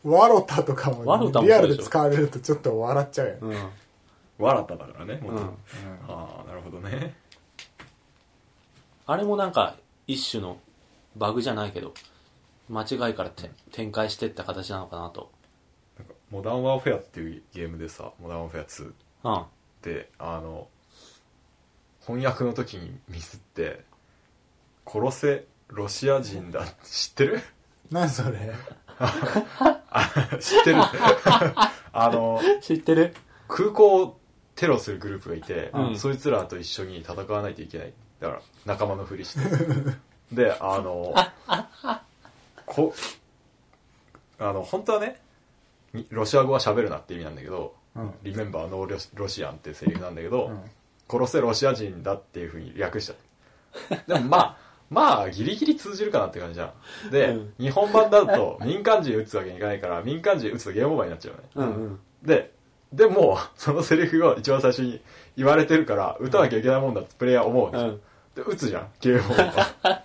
B: ワロタとかも、
A: ワロタもそうでしょ
B: リアルで使われるとちょっと笑っちゃうよね。
A: うん。
C: わらただからねも
A: うん
C: ああなるほどね
A: あれもなんか、一種のバグじゃないけど、間違いからて展開してった形なのかなと。
C: なんかモダンワーフェアっていうゲームでさモダンワーフェア2
A: うん。
C: であの翻訳の時にミスって「殺せロシア人だ」知ってる
B: 何それ
C: 知 [LAUGHS] ってるあの
A: 知ってる
C: 空港をテロするグループがいて、
A: うん
C: そいつらと一緒に戦わないといけないだから仲間のふ
A: [LAUGHS]
C: りしてであのこあの本当はねにロシア語は喋るなって意味なんだけど
B: うん
C: 「リメンバーノーロシアン」ってセリフなんだけど、
B: うん
C: 殺せロシア人だっていうふうに略しちゃったでもまあ [LAUGHS] まあギリギリ通じるかなって感じじゃんで、
A: うん
C: 日本版だと民間人打つわけにいかないから民間人打つとゲームオーバーになっちゃうよね、
A: うんうん。
C: で、でも、そのセリフを一番最初に言われてるから、打たなきゃいけないもんだってプレイヤー思うわけ
A: う
C: じゃん。
A: ん。
C: で、打つじゃん、ゲームオーバー。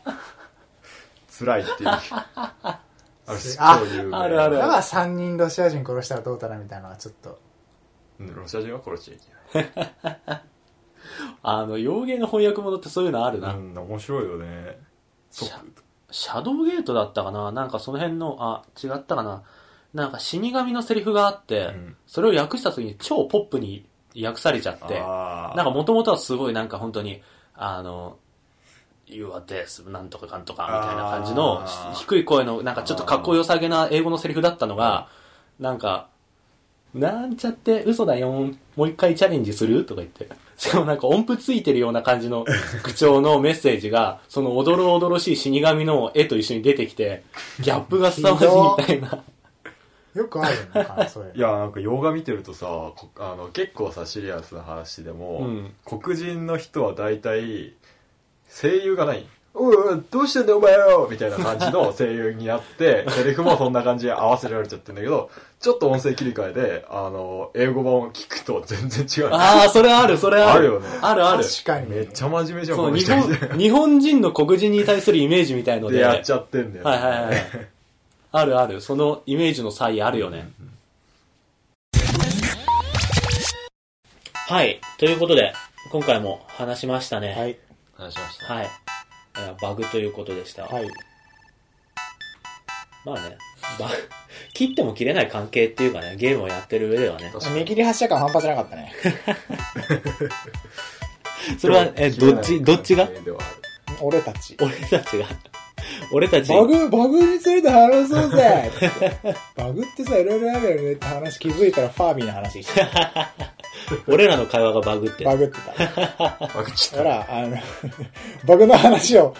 C: [LAUGHS] 辛いっていう。あれ、すっごい有名
A: ああるあ
B: だ
A: る
B: から3人ロシア人殺したらどうたらみたいなのはちょっと。
C: うんロシア人は殺しちゃい
A: あの、洋芸の翻訳物ってそういうのある
C: けな
A: な。
C: い。うん、面白いよね。
A: シ
C: 即
A: ャシャドウゲートだったかななんかその辺の、あ、違ったかななんか死神のセリフがあって、
C: うん
A: それを訳した時に超ポップに訳されちゃって、
C: あー
A: なんかもともとはすごいなんか本当に、あの、You are this, なんとかかんとか、みたいな感じの
C: あー
A: 低い声の、なんかちょっとかっこよさげな英語のセリフだったのが、なんか、なんちゃって、嘘だよん、もう一回チャレンジするとか言って。しかもなんか音符ついてるような感じ
C: [LAUGHS]
A: の口調のメッセージが、そのおどろおどろしい死神の絵と一緒に出てきて、ギャップが凄まじいみたいな。
B: よくあるのかな、それ。
C: いやなんか洋画見てるとさこあの結構さシリアスな話で
A: う
C: も、
A: ん。
C: 黒人の人は大体声優がない「おいおいどうしてんだよお前よ!」みたいな感じの声優になってセリフもそんな感じで合わせられちゃってんだけどちょっと音声切り替えであの英語版を聞くと全然違うの
A: ああ、それある、それある。
C: あるよね
A: あるある。
B: 確かに。
C: めっちゃ真面目じゃん
A: そ
C: こ
A: う、
C: の
A: 日
C: 人
A: 本、日本人の黒人に対するイメージみたいので。
C: でやっちゃってんだよ、ね
A: はいはいはい。あるある。そのイメージの差異あるよね。はい。ということで、今回も話しましたね。
B: はい。
C: 話しました、
A: はい。えーバグということでした。
B: はい。
A: まあね、バ切っても切れない関係っていうかね、ゲームをやってる上ではね。
C: 確か
B: 見
C: に
B: 切り発車感半端じゃなかったね。
A: それは、え、どっち、どっちが
C: ではある
B: 俺たち。
A: [LAUGHS] 俺たち
B: [LAUGHS]
A: が、俺たち、
B: バグ、バグについて話そうぜバグってさ、いろいろあるよねって話気づいたらファーミーの話してた
A: [LAUGHS] 俺らの会話がバグって。
B: バグってた。
C: バグっち
B: だから、あの、 [LAUGHS] バグの話を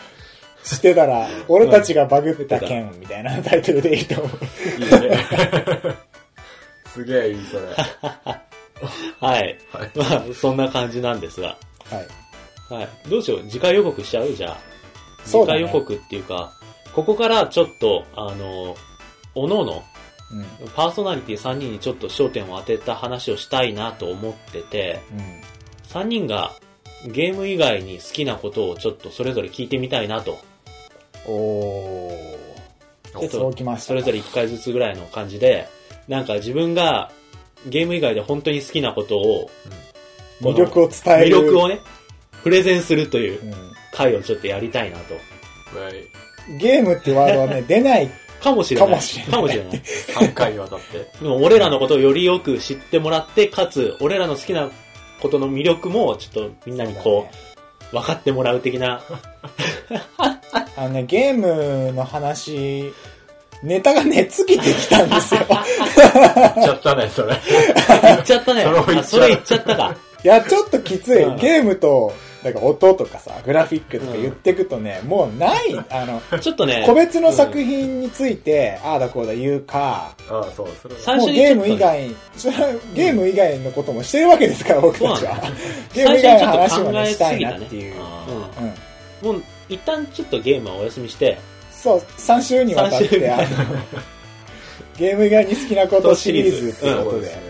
B: してたら、俺たちがバグった件みたいなタイトルでいいと思う。
C: いいねすげえいいそれ
A: はい。まあ、そんな感じなんですが。
B: はい。
A: はい。どうしよう、次回予告しちゃうじゃあ。
B: そう
A: 次
B: だ
A: 回
B: ね
A: 予告っていうか、ここからちょっと、あの、おのの、
B: うん。
A: パーソナリティ3人にちょっと焦点を当てた話をしたいなと思ってて、
B: うん。
A: 3人がゲーム以外に好きなことをちょっとそれぞれ聞いてみたいなと、
B: おー。
A: ちょっと
B: そうきまし
A: そ
B: た。
A: れぞれ1回ずつぐらいの感じで、なんか自分がゲーム以外で本当に好きなことを、この
B: 魅力を伝
A: 魅
B: える。
A: 力をね、プレゼンするという
B: う
A: 回をちょっとやりたいなと。
C: はい
B: ん。ゲームってワード
A: [LAUGHS]
B: はね、出ない。
A: かもしれない。
B: かもしれない
A: かもしれない。
C: 3回にわたって
A: でも俺らのことをよりよく知ってもらって、かつ、俺らの好きなことの魅力も、ちょっとみんなにこう、分かってもらう的な。
B: あのね、ゲームの話、ネタがね、尽きてきたん
A: [LAUGHS]
B: ですよ。
C: 言っちゃったねそれ
A: 言っちゃ
B: [LAUGHS]
A: ったね。
C: それを言
A: あ
C: っち
A: そ
C: ゃ
A: れ
C: う
A: 言っちゃったか。
B: いや、ちょっときつい
A: うん。
B: ゲームと、なんか音とかさ、グラフィックとか言ってくとね、もうない、あの、
A: ちょっと [LAUGHS] ね、
B: 個別の作品について、ああだこうだ言うか、
C: ああそうそれ
A: 最
B: も
A: 初
B: う
A: にちょ
B: ゲー
A: っと
B: ム以外、それはゲーム以外のこともしてるわけですから、僕たちは
A: そうな。
B: ゲーム以外の
A: 最初にちょっと
B: 話も
A: 考え
B: ね、
A: すぎ
B: したた
A: ね
B: いなっていう。
C: あ
A: うん
C: ー
B: うん。
A: もう、一旦ちょっとゲームはお休みして、
B: そう、3週にわたっ
A: 三週に
B: て、あの、ゲーム以外に好きなことシリーズっていうこ
C: そう
B: と
C: で
B: で。
C: すね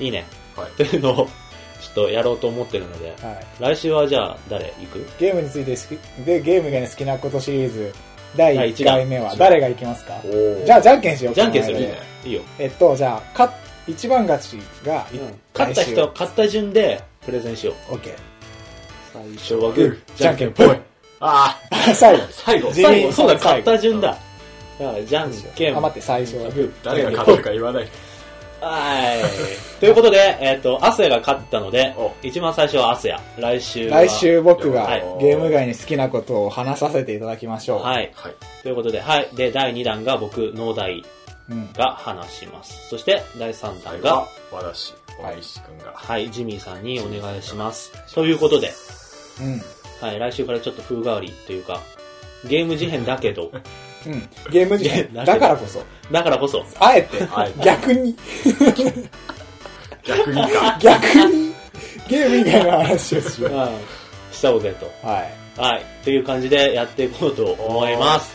A: いいね。
C: はい
A: というのを、 [LAUGHS] ちょっとやろうと思ってるので、
B: はい。
A: 来週はじゃあ、誰行く
B: ゲームについて好き、で、ゲーム以外に好きなことシリーズ、第
A: 第
B: 1
A: 一弾
B: 回目は、誰がいきますか
C: おお
B: じゃあ、じゃんけんしよう
A: じゃんけんする
B: この間
C: いい
B: で
C: ね
A: いいよ。
B: えっと、じゃあ、か、一番勝ちが、
A: 勝った人は
B: 来
A: 勝った順で、プレゼンしよう。
B: 週。オッケー。
A: 最初はグ
C: グ
A: ー
C: ー、
A: じゃんけんぽ
C: ぽ
A: い
C: い。あ
B: あ [LAUGHS] 最後。
A: 最後、
B: ジミー
A: 最後、そうだ、
B: 最後
A: 勝った順だ。だから、じゃんけん。
B: あ、待って、最初はグ
A: グー
C: あ誰が勝
A: じ
C: つか言わない
A: ゃんけんぽいはい。ということで、えっ、と、アスヤが勝ったので
C: お、
A: 一番最初はアスヤ。来週
B: ー。
A: は。
B: 来週僕が
A: はい
B: ゲーム以外に好きなことを話させていただきましょう。
A: はい。
C: はい
A: ということで、はい。で、第2弾が僕、農大
B: うん。
A: が話します。そして、第3弾
C: 最後
A: が
C: は、私大石君が
A: はい、ジミーさんにお願いします。ということで、
B: うん。
A: はい、来週からちょっと風変わりというか、ゲーム事変だけど、
B: うん。ゲーム時代
A: いや
B: だからこそ。
A: だからこそ、
B: あえて
C: あえ、て
B: 逆に、
C: 逆にか
B: 逆に、ゲーム以外の話をしよ
A: う
B: う。
A: ん、しちゃおうぜと。
B: はい。
A: はい。という感じでやっていこうと思います。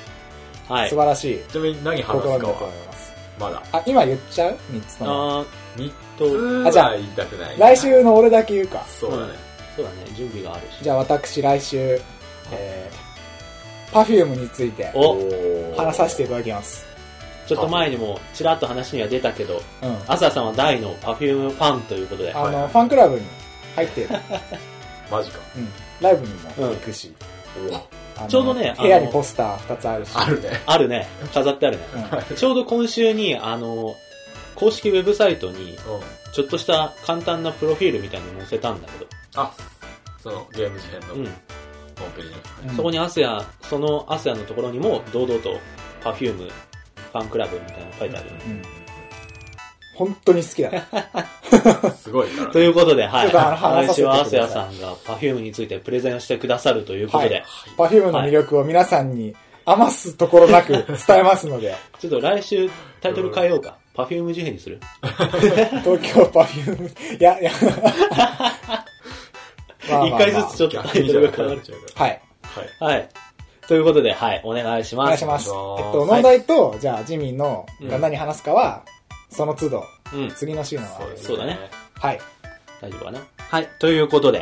A: はい
B: 素。晴らしい
C: ちなみに何
B: 心
C: 話す
B: だ
C: か
B: と思
C: はい
B: ます。
C: まだ
B: あ、今言っちゃう三つとも。
A: あー
C: 3
A: と、
B: あ
C: つ
B: じゃあ
C: は言いたくない
B: 来週の俺だけ言うか。
C: そうだね
A: そうだね、準備があるし。
B: じゃあ私来週、えー、パフュームについて
A: お、
C: お
B: 話させてい
C: る
B: ただきます。
A: ちょっと前にも、ちらっと話には出たけど、
B: うん。
A: アサさんは大の Perfume ファンということで、
B: あ
C: は
B: の、
C: い
B: ファンクラブに入ってる。
C: マジか
B: うん。ライブにも行くし。
C: おー
B: あの
A: ちょうどねあの
B: 部屋にポスター2つあるし。
C: あるね
A: あるね、飾ってあるね。
B: うん
A: ちょうど今週に、あの、公式ウェブサイトに、
C: うん
A: ちょっとした簡単なプロフィールみたいなの載せたんだけど、
C: あそのゲーム事変の
A: う
C: ホ
A: ん。
C: ームページ
A: [LAUGHS]
C: に
A: そこにアスヤ、そのアスヤのところにも、堂々と Perfume ファンクラブみたいなの書いてあるよね。
B: うん。本当に好きだ。
A: [LAUGHS]
C: すごいから、ね。
A: ということで、はい。
B: ちょっとあの話さ
A: 来
B: せて
A: 週
B: くだ
A: は
B: さい
A: アスヤさんが Perfume についてプレゼンしてくださるというこ
B: は
A: とで、
B: い。Perfume の魅力を皆さんに余すところなく伝えますので、
A: ちょっと来週タイトル変えようか。Perfume 事変にする
B: 東京 Perfume、いや、い
A: [LAUGHS]
B: や、まあまあまあ
A: 一回ずつちょっとタ
C: 逆
A: イ
C: に
A: ト
C: じ
A: ル
C: ゃな
A: が
C: く
A: 変わ
C: なっ
A: る。
C: ちゃうか
B: はい。
C: ら。はい。
A: はい。ということで、はい、お願いし
B: お
A: ます。
B: 願いします。えっ
C: お願いします
B: と、問題と、じゃあ、ジミーの
A: うん
B: が何話すかは、その都度、
A: うん。
B: 次の週の、
A: そうだね
B: はい。
A: 大丈夫かなはい。ということで、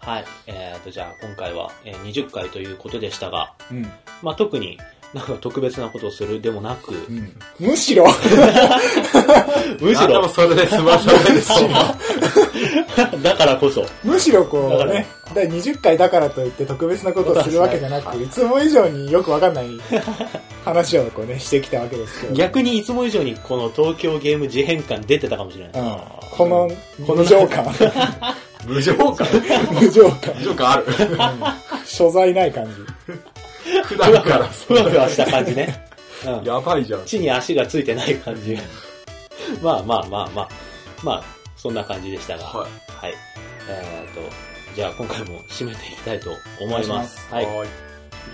C: はい。
A: はい。えっ、と、じゃあ今回は、えー20回ということでしたが、
B: うん。
A: まあ特になんか特別なことをするでもなく、
B: うん。むしろ、 [LAUGHS]
A: むし
C: あでも
A: ろ、
C: それで済まされるし。
A: [LAUGHS] だからこそ、
B: むしろこ
A: だ
B: う
A: から
B: ね、第20回だからといって特別なことをするわけじゃなく、いつも以上によくわかんない話をこうね、してきたわけですけど。
A: 逆にいつも以上にこの東京ゲーム事変感出てたかもしれない。
B: うん。この、無情感、 [LAUGHS]
C: 無情感
B: 無情感、
C: 無情感ある。
B: 所在ない感じ。
C: 普段から
A: ふわふわした感じね。うん。
C: やばいじゃん。
A: 地に足がついてない感じが。 [LAUGHS] まあまあまあまあ。まあ、そんな感じでしたが。。
C: はい
A: えーっと、じゃあ今回も締めていきたいと思い
B: お願
A: ま
B: い
A: す。
B: します
A: はい。
C: は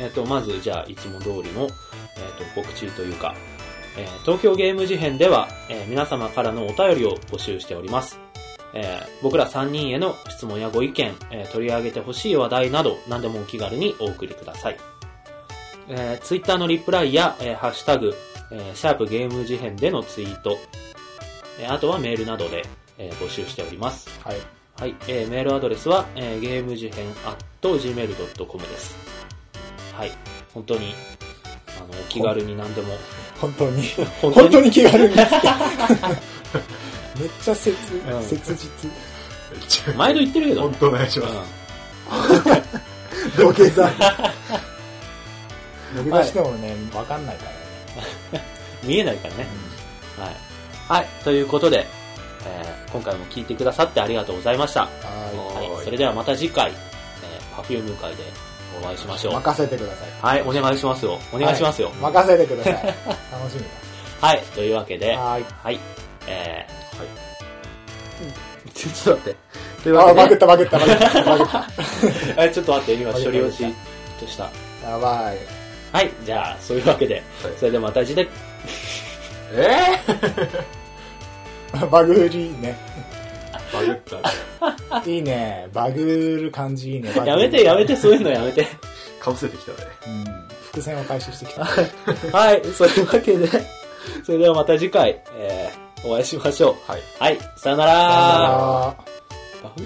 A: えっ、と、まず、じゃあ、いつも通りの、えっ、と、告知というか、えー東京ゲーム事変では、えー皆様からのお便りを募集しております。えー僕ら3人への質問やご意見、えー取り上げてほしい話題など、何でもお気軽にお送りください。えー、ツイッターのリプライや、えーハッシュタグ、えーシャープゲーム事変でのツイート、えーあとはメールなどで、えー募集しております。
B: はい。
A: はい、えーメールアドレスは、えーゲーム事変 gmail.com です。はい、本当に、あの、お気軽に何でも、
B: 本当に。
A: 本
B: 本当に気
A: [LAUGHS]
B: 軽に。めっちゃ切、
A: うん
B: 切実。
C: い。
A: 毎度言ってるけど
C: 本
A: ね、
C: 当お願いします。
A: [LAUGHS]
B: 土下座。呼び出してもね、わかんないからね。
A: うん、見えないからね。はい。はい、ということで、えー今回も聞いてくださってありがとうございました。
B: は
A: は
C: はい
A: い、それではまた次回、えー、パフューム会でお会いしまし
B: い。
A: ょう。
B: 任せてくださ
A: は
B: い。
A: い、お願いしますよ。お願いしますよ。
B: 任せ
A: [LAUGHS]
B: てください。楽しみ
A: はい、というわけで、
B: だ。はーい。
A: はい、えー、
C: はい
A: うん。ちょっと待って。というわ
B: あ
A: け
B: ー、
A: で
B: バグったバグったバグった。バグった。
A: えちょっと待って、今処理落ちとした。
B: やばい。
A: はい、じゃあ、そういうわけで、それではまた次回、
C: えぇ
B: バグりね。
C: バグったね。
B: いいね。バグる感じいいね。
A: [LAUGHS] やめて、やめ
B: て。
A: て、そういうのやめて。
C: かぶせてきたね。
B: うん。伏線を回収してきた。
A: [LAUGHS] はい、そういうわけで、 [LAUGHS] それではまた次回、えー、お会いしましょう。
C: はい。
A: はい、さよな
B: さよな
A: ら
B: ら
A: バフ